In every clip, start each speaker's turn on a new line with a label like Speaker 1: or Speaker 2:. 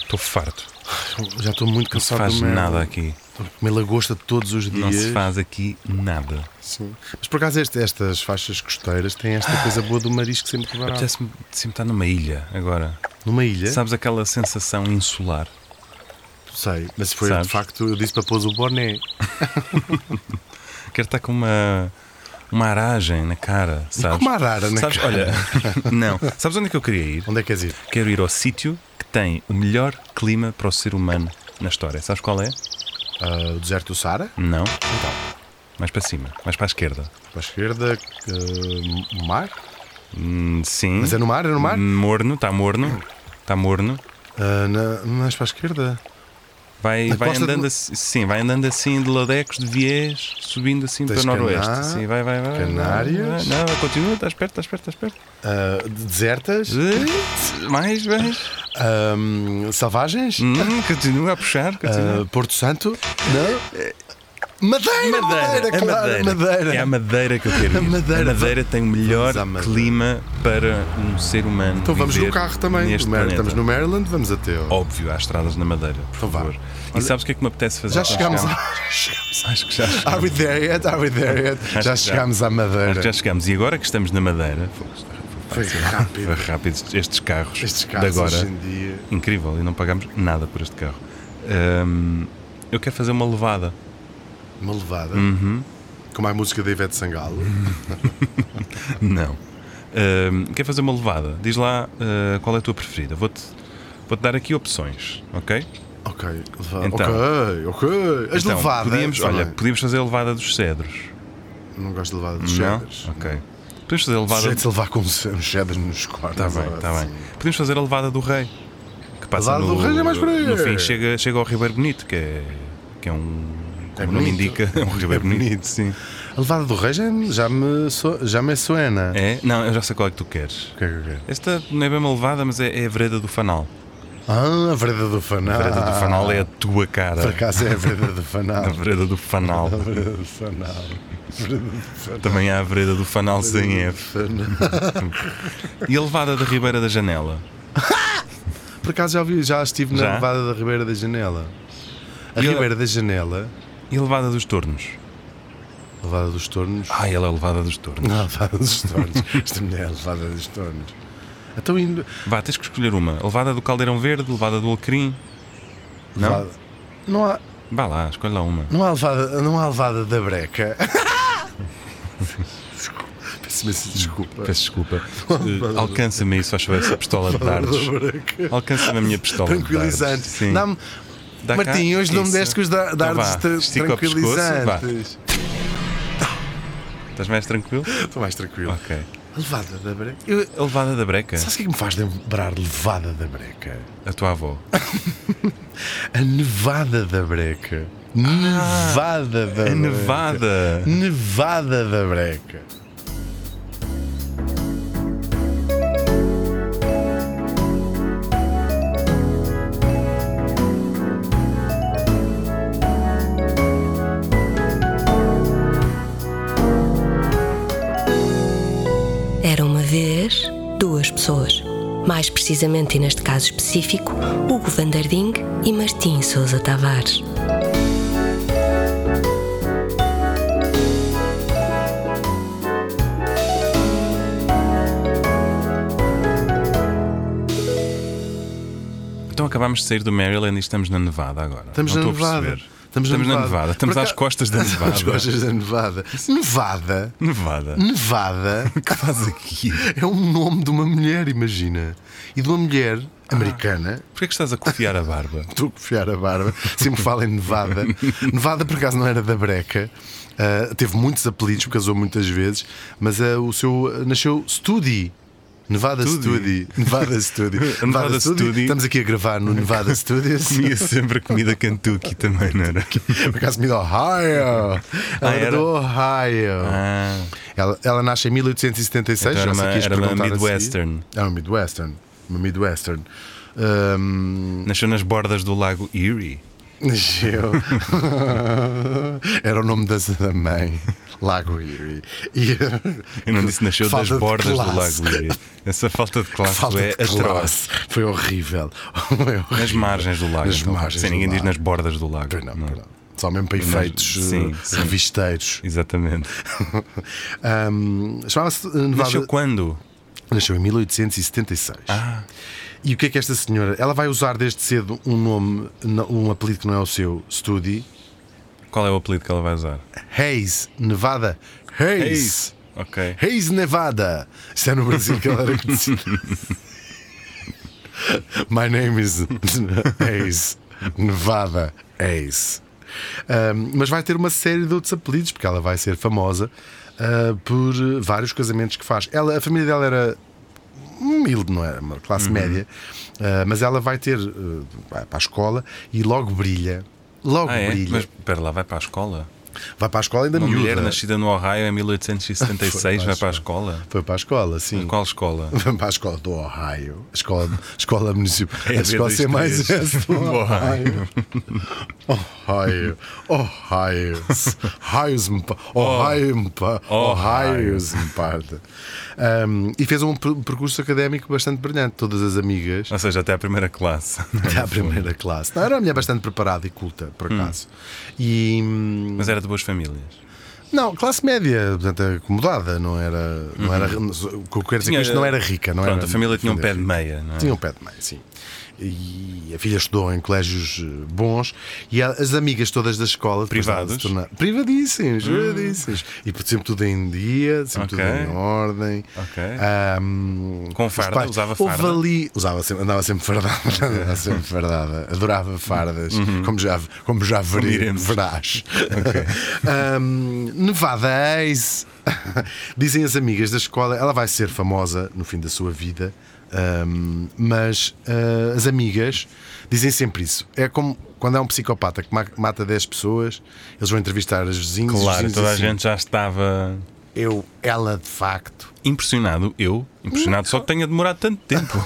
Speaker 1: Estou farto.
Speaker 2: Já estou muito
Speaker 1: Não se
Speaker 2: cansado
Speaker 1: faz
Speaker 2: do meu.
Speaker 1: nada aqui.
Speaker 2: Comer lagosta todos os dias.
Speaker 1: Não se faz aqui nada.
Speaker 2: Sim. Mas por acaso este- estas faixas costeiras têm esta coisa boa do marisco sempre barato.
Speaker 1: Apetece-me sempre estar numa ilha agora.
Speaker 2: Numa ilha,
Speaker 1: Sabes aquela sensação insular?
Speaker 2: sei, mas foi
Speaker 1: Sabes?
Speaker 2: de facto, eu disse para pôr o boné.
Speaker 1: Quero estar com uma, uma aragem na cara, sabes?
Speaker 2: uma arara na
Speaker 1: sabes?
Speaker 2: cara.
Speaker 1: Olha, não. Sabes onde é que eu queria ir?
Speaker 2: Onde é que queres ir?
Speaker 1: Quero ir ao sítio que tem o melhor clima para o ser humano na história. Sabes qual é?
Speaker 2: Ah, o deserto do Sara,
Speaker 1: Não. Então, Mais para cima, mais para a esquerda.
Speaker 2: para a esquerda, ah, o mar.
Speaker 1: Hum, Sim.
Speaker 2: Mas é no mar, é no
Speaker 1: Hum.
Speaker 2: mar?
Speaker 1: Morno, está morno. Está morno.
Speaker 2: Ah, na, mas para a esquerda.
Speaker 1: Vai,
Speaker 2: Na
Speaker 1: vai
Speaker 2: costa
Speaker 1: andando
Speaker 2: do-
Speaker 1: assim, sim, vai andando assim de ladecos, de viés, subindo assim
Speaker 2: Tens
Speaker 1: para noroeste.
Speaker 2: Caná-
Speaker 1: Sim, vai, vai, vai.
Speaker 2: Canárias?
Speaker 1: Não, não, continua, estás perto, estás perto, estás perto.
Speaker 2: Ah, de- desertas?
Speaker 1: Eh, Mais, mais.
Speaker 2: Ahm, selvagens?
Speaker 1: Hum, continua a puxar, continua.
Speaker 2: Ah, Porto Santo? Não? Madeira, madeira,
Speaker 1: é
Speaker 2: claro, madeira.
Speaker 1: É a madeira que eu quero. ir.
Speaker 2: A Madeira,
Speaker 1: a madeira tem o melhor
Speaker 2: vamos à Madeira.
Speaker 1: clima para um ser humano.
Speaker 2: Então vamos
Speaker 1: viver
Speaker 2: no carro também.
Speaker 1: Neste
Speaker 2: Mar-
Speaker 1: planeta. Oh,
Speaker 2: Estamos no Maryland, vamos até ao...
Speaker 1: Óbvio, há estradas na madeira, por
Speaker 2: Então vá.
Speaker 1: favor. E sabes o que é que me apetece fazer?
Speaker 2: Já
Speaker 1: quando
Speaker 2: chegámos
Speaker 1: chegarmos?
Speaker 2: a...
Speaker 1: Acho que já chegámos.
Speaker 2: Are we there yet? Are we there yet?
Speaker 1: que
Speaker 2: Já
Speaker 1: já.
Speaker 2: chegámos à Madeira.
Speaker 1: Já chegámos. E agora que estamos na Madeira. Foi,
Speaker 2: Foi é, rápido.
Speaker 1: foi rápido estes carros.
Speaker 2: Estes
Speaker 1: de
Speaker 2: carros
Speaker 1: agora.
Speaker 2: hoje em dia.
Speaker 1: Incrível. E não pagámos nada por este carro. Ahm, eu quero fazer uma levada.
Speaker 2: Uma levada.
Speaker 1: Uhum.
Speaker 2: Como a música da Ivete Sangalo.
Speaker 1: Não. Ahm, quero fazer uma levada. Diz lá ah, qual é a tua preferida. Vou-te vou -te dar aqui opções, ok?
Speaker 2: Ok, levada.
Speaker 1: Então.
Speaker 2: ok, ok. As
Speaker 1: Então,
Speaker 2: levadas.
Speaker 1: Podíamos,
Speaker 2: também.
Speaker 1: olha, podíamos fazer a levada dos cedros.
Speaker 2: Não gosto de levada dos
Speaker 1: não?
Speaker 2: cheddars.
Speaker 1: Ok. Podemos fazer a
Speaker 2: Não.
Speaker 1: levada.
Speaker 2: Jeito de levar com os os cheddars nos assim. cornos.
Speaker 1: Está Tá bem, está bem. Podemos fazer a levada do rei. Que passa
Speaker 2: Levada
Speaker 1: no,
Speaker 2: do Rei é mais por aí.
Speaker 1: No fim chega, chega ao Ribeiro Bonito, que é, que é um. Como o nome
Speaker 2: bonito.
Speaker 1: indica, é um Ribeiro bonito. sim.
Speaker 2: A levada do rei já já me, so, já me suena.
Speaker 1: É? Não, eu já sei qual é que tu queres.
Speaker 2: O que é que eu quero?
Speaker 1: Esta não é bem uma levada, mas é, é a vereda do Fanal.
Speaker 2: Ah, a vereda do fanal.
Speaker 1: A vereda do Fanal é a tua cara.
Speaker 2: Ah. Por acaso é a vereda do fanal.
Speaker 1: A vereda do Fanal.
Speaker 2: A vereda do fanal. A vereda do fanal.
Speaker 1: Também há a vereda do Fanal
Speaker 2: é
Speaker 1: sem F.
Speaker 2: Fanal.
Speaker 1: E a levada da Ribeira da Janela?
Speaker 2: Por acaso já, vi, já estive na
Speaker 1: Já?
Speaker 2: levada da Ribeira da Janela. A
Speaker 1: E a-
Speaker 2: Ribeira da Janela,
Speaker 1: E a levada dos Tornos?
Speaker 2: levada dos tornos.
Speaker 1: Ah, ela é a levada dos Tornos.
Speaker 2: Não, levada dos tornos. Esta mulher é levada dos tornos. Então indo.
Speaker 1: Vá, tens que escolher uma. A levada do Caldeirão Verde, levada do Alecrim. Não?
Speaker 2: Levada- Não há,
Speaker 1: Vá lá, escolhe lá uma.
Speaker 2: não, há levada, não há levada da breca. Desculpa. Peço imensa desculpa.
Speaker 1: Peço desculpa. Eh, Alcança-me isso, acho essa pistola de dardos.
Speaker 2: Da breca.
Speaker 1: Alcança-me a minha
Speaker 2: Oh,
Speaker 1: pistola de dardos.
Speaker 2: Tranquilizante.
Speaker 1: Sim.
Speaker 2: Dá-me-
Speaker 1: Dá cá.
Speaker 2: Martim, hoje não me
Speaker 1: Isso.
Speaker 2: deste com os da-
Speaker 1: Então
Speaker 2: dardos
Speaker 1: vá,
Speaker 2: tra-
Speaker 1: estica o pescoço,
Speaker 2: tranquilizantes.
Speaker 1: Estás mais tranquilo?
Speaker 2: Estou mais tranquilo.
Speaker 1: Ok.
Speaker 2: Levada da breca. Eu,
Speaker 1: A levada da breca,
Speaker 2: sabes o que é que me faz lembrar levada da breca?
Speaker 1: a tua avó.
Speaker 2: A nevada da breca. Nevada da
Speaker 1: Ah, A
Speaker 2: breca.
Speaker 1: nevada.
Speaker 2: Nevada da breca.
Speaker 3: Era uma vez duas pessoas. Mais precisamente, e neste caso específico, Hugo Vandarding e Martim Sousa Tavares.
Speaker 1: Então acabámos de sair do Maryland e estamos na nevada agora.
Speaker 2: Estamos
Speaker 1: Não
Speaker 2: na
Speaker 1: estou a
Speaker 2: nevada.
Speaker 1: perceber. Estamos, na nevada. Estamos
Speaker 2: Por
Speaker 1: às
Speaker 2: acaso-
Speaker 1: costas da nevada.
Speaker 2: Às costas da nevada. Nevada.
Speaker 1: Nevada.
Speaker 2: Nevada
Speaker 1: O que faz aqui?
Speaker 2: é o nome de uma mulher, imagina. E de uma mulher
Speaker 1: Ah.
Speaker 2: americana.
Speaker 1: Porquê é que estás a cofiar a barba?
Speaker 2: Estou a cofiar a barba. Sempre falo em Nevada. Nevada, por acaso, não era da breca. Ah, teve muitos apelidos, porque casou muitas vezes. Mas ah, o seu ah, nasceu Studi. Nevada
Speaker 1: Studi.
Speaker 2: Studi. Nevada Studi.
Speaker 1: Nevada Studi.
Speaker 2: Estamos aqui a gravar no Nevada Studios.
Speaker 1: Comia sempre a comida Kentucky também, não era?
Speaker 2: Por acaso me do Ohio. Ela
Speaker 1: Ah,
Speaker 2: era
Speaker 1: era?
Speaker 2: do Ohio.
Speaker 1: Ah,
Speaker 2: Ela, ela nasce em 1866.
Speaker 1: Então era
Speaker 2: já sei
Speaker 1: uma-
Speaker 2: que ias
Speaker 1: era uma
Speaker 2: perguntar a seguir.
Speaker 1: Midwestern.
Speaker 2: Era uma Midwestern. Uma Midwestern. Ahm,
Speaker 1: nasceu nas bordas do lago Erie.
Speaker 2: Nasceu. Era o nome das- da mãe. Lago Erie. E-
Speaker 1: Eu não disse nasceu das
Speaker 2: Falta de
Speaker 1: bordas do
Speaker 2: classe.
Speaker 1: lago. Erie. Essa falta de classe
Speaker 2: Falta
Speaker 1: é
Speaker 2: de
Speaker 1: atroz.
Speaker 2: classe. Foi horrível. Foi
Speaker 1: Nas
Speaker 2: horrível.
Speaker 1: margens do lago.
Speaker 2: Nas
Speaker 1: então.
Speaker 2: margens
Speaker 1: Sim,
Speaker 2: do
Speaker 1: ninguém diz
Speaker 2: lago.
Speaker 1: nas bordas do lago.
Speaker 2: Pois não,
Speaker 1: Não.
Speaker 2: pois não. Só mesmo para efeitos eh,
Speaker 1: sim, sim.
Speaker 2: revisteiros.
Speaker 1: Exatamente.
Speaker 2: Ahm, Chamava-se eh, Nevada.
Speaker 1: Nasceu Ah. quando?
Speaker 2: Nasceu em 1876. E o que é que esta senhora. Ela vai usar desde cedo um nome, n- um apelido que não é o seu, Studi.
Speaker 1: Qual é o apelido que ela vai usar?
Speaker 2: Hayes, Nevada. É Hayes.
Speaker 1: Ok.
Speaker 2: Hayes Nevada. Isto é no Brasil que ela era conhecida. My name is Hayes. Nevada Hayes. Ahm, mas vai ter uma série de outros apelidos, porque ela vai ser famosa ah, por eh, vários casamentos que faz. Ela, a família dela era humilde, não era? Uma classe
Speaker 1: Uhum.
Speaker 2: média. Ah, mas ela vai ter. eh, vai para a escola e logo brilha. Logo
Speaker 1: Ah, é?
Speaker 2: brilha.
Speaker 1: Mas espera lá, vai para a escola?
Speaker 2: Vai para a escola ainda
Speaker 1: Uma
Speaker 2: miúda.
Speaker 1: mulher nascida no Ohio em 1876
Speaker 2: Foi
Speaker 1: vai para a escola?
Speaker 2: Foi para a escola, sim.
Speaker 1: Qual escola?
Speaker 2: Vamos para a escola do Ohio. A escola, a escola municipal.
Speaker 1: É,
Speaker 2: a escola C mais
Speaker 1: dois, três.
Speaker 2: S do
Speaker 1: Do Ohio.
Speaker 2: Ohio. Ohio. Ohio. Ohio's me pa- Ohio. me pa- Ohio's me parda. Um, e fez um per- percurso académico bastante brilhante. Todas as amigas
Speaker 1: Ou seja, até a primeira classe.
Speaker 2: da primeira classe. Não, era uma mulher bastante preparada e culta, por
Speaker 1: Hum.
Speaker 2: acaso. E. hum, é
Speaker 1: Mas era de boas famílias.
Speaker 2: Não, classe média, portanto, acomodada. Não era. Não era o que eu quero dizer com isto não era rica, não
Speaker 1: Uhum. Pronto,
Speaker 2: era.
Speaker 1: a família tinha um pé de meia, não é?
Speaker 2: Tinha um pé de mãe, sim. E a filha estudou em colégios eh, bons e a- as amigas todas da escola depois
Speaker 1: Privados?
Speaker 2: ela se torna- privadíssimos, privadíssimos. E por- sempre tudo em dia, sempre
Speaker 1: Hum. Ok.
Speaker 2: tudo em ordem.
Speaker 1: Ok.
Speaker 2: Ahm,
Speaker 1: Com
Speaker 2: os
Speaker 1: farda? Usava
Speaker 2: houve
Speaker 1: farda?
Speaker 2: ali- usava sempre, andava sempre fardada, andava sempre fardada, adorava fardas, como já, como já veri-
Speaker 1: Uhum. iremos.
Speaker 2: verás. Ahm, Nevada Ace. Dizem as amigas da escola, ela vai ser famosa no fim da sua vida, ahm, mas ah, as amigas dizem sempre isso. É como quando há um psicopata que ma- mata 10 pessoas, eles vão entrevistar os vizinhos. e os
Speaker 1: Claro,
Speaker 2: vizinhos
Speaker 1: toda a
Speaker 2: dizem, assim,
Speaker 1: gente já estava
Speaker 2: Eu, ela de facto.
Speaker 1: impressionado. Eu, impressionado,
Speaker 2: Hum.
Speaker 1: só que tenha demorado tanto tempo.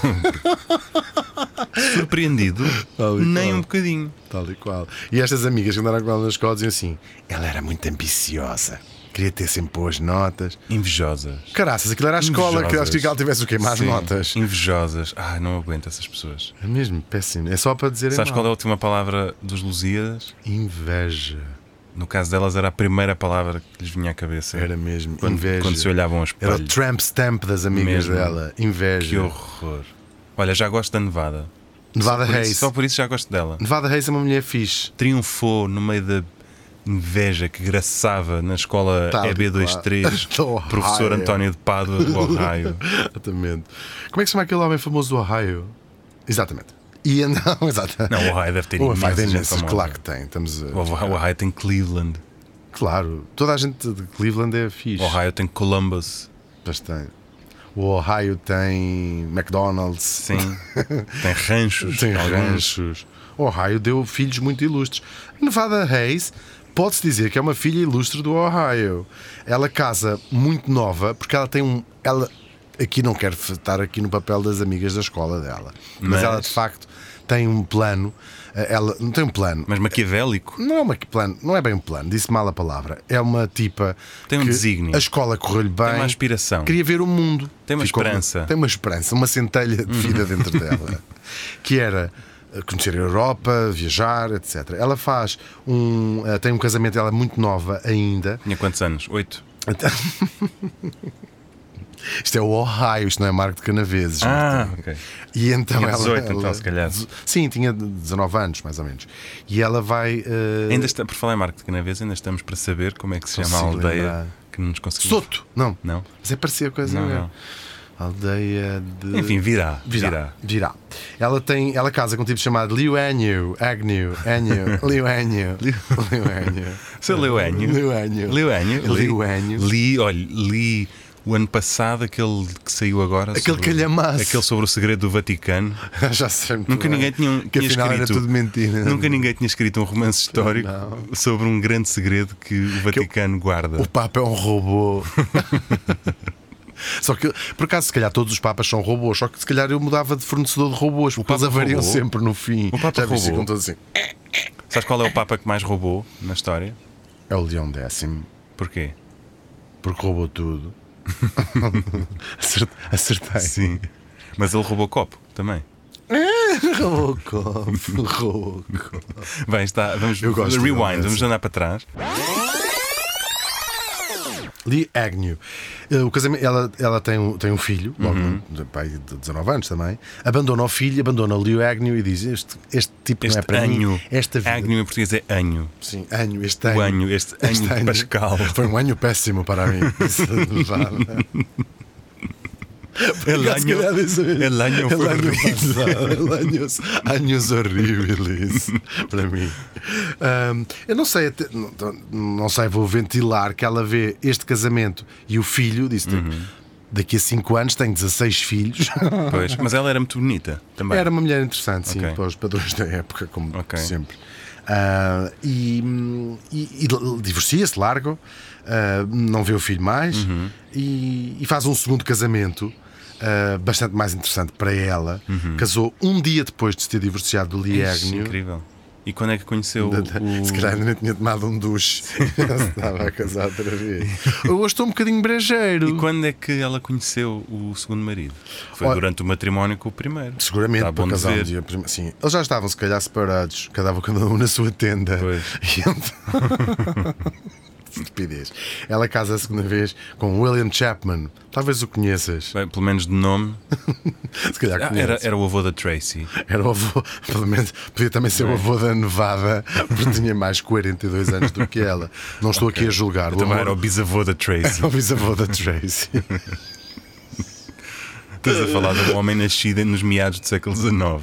Speaker 1: Surpreendido,
Speaker 2: Tal e
Speaker 1: nem
Speaker 2: qual.
Speaker 1: um bocadinho.
Speaker 2: Tal e qual. E estas amigas que andaram com ela na escola diziam assim: ela era muito ambiciosa, queria ter sempre boas notas.
Speaker 1: Invejosas.
Speaker 2: Caraças, aquilo era a escola que
Speaker 1: Invejosas.
Speaker 2: acho que ela tivesse o quê? Mais
Speaker 1: Sim,
Speaker 2: notas.
Speaker 1: Invejosas. Ai, não aguento essas pessoas.
Speaker 2: É mesmo péssimo. É só para dizer
Speaker 1: Sabes qual é a última palavra dos Lusíadas?
Speaker 2: Inveja.
Speaker 1: No caso delas, era a primeira palavra que lhes vinha à cabeça.
Speaker 2: Era mesmo.
Speaker 1: Quando,
Speaker 2: inveja.
Speaker 1: quando se olhavam aos
Speaker 2: Era
Speaker 1: espelho.
Speaker 2: o tramp stamp das amigas
Speaker 1: Mesmo.
Speaker 2: dela. Inveja.
Speaker 1: Que horror. Olha, já gosto da Nevada.
Speaker 2: Nevada
Speaker 1: Por isso-
Speaker 2: Hayes.
Speaker 1: só por isso já gosto dela.
Speaker 2: Nevada Hayes é uma mulher fixe.
Speaker 1: Triunfou no meio da inveja que graçava na escola
Speaker 2: Tal e
Speaker 1: EB23,
Speaker 2: qual. Do
Speaker 1: professor
Speaker 2: Ohio.
Speaker 1: António de Pádua do Ohio.
Speaker 2: Exatamente. Como é que se chama aquele homem famoso do Ohio? Exatamente. E não, exatamente.
Speaker 1: Não, o Ohio deve ter
Speaker 2: O
Speaker 1: imensa
Speaker 2: Ohio tem
Speaker 1: gente
Speaker 2: imensas,
Speaker 1: famosa.
Speaker 2: claro que tem. Estamos a-
Speaker 1: O Ohio, o Ohio tem Cleveland,
Speaker 2: Claro, toda a gente de Cleveland é fixe.
Speaker 1: o Ohio tem Columbus,
Speaker 2: Pois tem. O Ohio tem McDonald's.
Speaker 1: sim, tem ranchos,
Speaker 2: Tem
Speaker 1: alguns.
Speaker 2: ranchos. Ohio deu filhos muito ilustres. Nevada Hayes pode-se dizer que é uma filha ilustre do Ohio. Ela casa muito nova porque ela tem um. Ela, aqui não quero estar aqui no papel das amigas da escola dela, mas,
Speaker 1: Mas-
Speaker 2: ela de facto tem um plano. eh, Ela não tem um plano.
Speaker 1: mas maquiavélico.
Speaker 2: Não é, uma que plano, não é bem um plano, disse mal a palavra. É uma tipa.
Speaker 1: Tem um
Speaker 2: que
Speaker 1: desígnio.
Speaker 2: A escola correu-lhe bem.
Speaker 1: Tem uma aspiração.
Speaker 2: Queria ver o mundo.
Speaker 1: Tem uma
Speaker 2: Ficou-
Speaker 1: esperança. Uhum.
Speaker 2: tem uma esperança, uma centelha de vida dentro dela. Que era eh, conhecer a Europa, viajar, etc. Ela faz um. eh, tem um casamento, ela é muito nova ainda.
Speaker 1: Tinha quantos anos? Oito.
Speaker 2: Isto é o Ohio, isto não é Marco de Canaveses.
Speaker 1: Ah,
Speaker 2: Marta.
Speaker 1: ok.
Speaker 2: E então
Speaker 1: Tinha
Speaker 2: ela.
Speaker 1: 18, então,
Speaker 2: ela-
Speaker 1: se calhar.
Speaker 2: Sim, tinha 19 anos, mais ou menos. E ela vai. eh,
Speaker 1: Ainda está, por falar em Marco de Canaveses, ainda estamos para saber como é que se chama a
Speaker 2: Consigo
Speaker 1: aldeia
Speaker 2: lembrar.
Speaker 1: que não nos conseguimos.
Speaker 2: Soto! Não.
Speaker 1: Não?
Speaker 2: Mas é parecer coisa.
Speaker 1: Não,
Speaker 2: não é?
Speaker 1: não.
Speaker 2: Aldeia de.
Speaker 1: Enfim, virá. Virá.
Speaker 2: Virá. Virá. Ela, tem, ela casa com um tipo chamado Liu Anyu. Agnew. Anyu. Liu Anyu. Liu Anyu.
Speaker 1: Seu Leuenio.
Speaker 2: Liu Anyu.
Speaker 1: Liu Enio.
Speaker 2: Liu Anyu.
Speaker 1: Li, olha, li o ano passado aquele que saiu agora.
Speaker 2: Aquele calhamaço.
Speaker 1: Aquele sobre o segredo do Vaticano.
Speaker 2: Já sei. muito
Speaker 1: Nunca
Speaker 2: bem.
Speaker 1: ninguém tinha,
Speaker 2: é?
Speaker 1: um-
Speaker 2: Que
Speaker 1: tinha
Speaker 2: afinal
Speaker 1: escrito.
Speaker 2: era tudo mentira.
Speaker 1: Nunca ninguém tinha escrito um romance histórico
Speaker 2: Não.
Speaker 1: sobre um grande segredo que o Vaticano guarda.
Speaker 2: O Papa é um robô. Só que, por acaso, se calhar todos os Papas são robôs, só que se calhar eu mudava de fornecedor de robôs, porque eles
Speaker 1: Papa
Speaker 2: avariam
Speaker 1: robô?
Speaker 2: sempre no fim.
Speaker 1: O Papa
Speaker 2: Já viste
Speaker 1: robô?
Speaker 2: como todos assim.
Speaker 1: Sabes qual é o Papa que mais roubou na história?
Speaker 2: É o Leão Décimo,
Speaker 1: Porquê?
Speaker 2: porque roubou tudo. Acert- Acertei.
Speaker 1: Sim. Mas ele roubou copo também.
Speaker 2: Roubou o copo, roubou o copo.
Speaker 1: Bem, está, vamos
Speaker 2: Eu gosto
Speaker 1: rewind,
Speaker 2: dessa.
Speaker 1: vamos andar para trás.
Speaker 2: Lee Agnew. Eh, O casamento, ela ela tem, um, tem um filho, logo
Speaker 1: Uhum.
Speaker 2: de- pai de 19 anos também. Abandona o filho, abandona o Lee Agnew e diz: Este, este tipo
Speaker 1: Este
Speaker 2: não é para
Speaker 1: anho.
Speaker 2: mim. Esta vida.
Speaker 1: Agnew em português é anho.
Speaker 2: Sim, anho, este
Speaker 1: O
Speaker 2: anho.
Speaker 1: anho, este anho de Pascal.
Speaker 2: Foi um anho péssimo para mim. Isso de verdade.
Speaker 1: El
Speaker 2: Se calhar
Speaker 1: anho,
Speaker 2: disse-
Speaker 1: el anho foi
Speaker 2: El
Speaker 1: horrível.
Speaker 2: passado. El años, años horríveis para mim. Ahm, eu não sei, até- não, não sei, vou ventilar que ela vê este casamento e o filho, disse
Speaker 1: Uhum.
Speaker 2: daqui a 5 anos tenho 16 filhos.
Speaker 1: Pois, mas ela era muito bonita também.
Speaker 2: Ah. Era uma mulher interessante, sim,
Speaker 1: Ok.
Speaker 2: para os padrões da época, como
Speaker 1: Ok.
Speaker 2: sempre. Ah, e hum, e- e divorcia-se, largo, ah, não vê o filho mais
Speaker 1: Uhum.
Speaker 2: e, e faz um segundo casamento. ah, bastante mais interessante para ela. Casou um dia depois de se ter divorciado do Lee
Speaker 1: Uhum. Ixi,
Speaker 2: Agnew.
Speaker 1: é incrível. E quando é que conheceu
Speaker 2: Da- da-
Speaker 1: o.
Speaker 2: Se calhar ainda nem tinha tomado um duche. Estava a casar outra vez. Eu Hoje estou um bocadinho brejeiro.
Speaker 1: E quando é que ela conheceu o segundo marido? Foi
Speaker 2: Olha-
Speaker 1: durante o matrimónio com o primeiro.
Speaker 2: Seguramente
Speaker 1: Está
Speaker 2: para
Speaker 1: Tá bom de
Speaker 2: casar um
Speaker 1: ver.
Speaker 2: dia. prim- Sim, eles já estavam se calhar separados, cada um- cada um na sua tenda.
Speaker 1: Pois.
Speaker 2: E então- Estupidez. Ela casa a segunda vez com William Chapman. Talvez o conheças.
Speaker 1: Bem, pelo menos de nome.
Speaker 2: Se calhar
Speaker 1: Ah,
Speaker 2: conheces.
Speaker 1: era, era o avô da Tracy.
Speaker 2: Era o avô, pelo menos podia também ser o avô da Nevada, porque tinha mais 42 anos do que ela. Não estou aqui a julgar. O
Speaker 1: Também
Speaker 2: amor-
Speaker 1: era o bisavô da Tracy.
Speaker 2: o bisavô da Tracy.
Speaker 1: Estás a falar de um homem nascido nos meados do século XIX. não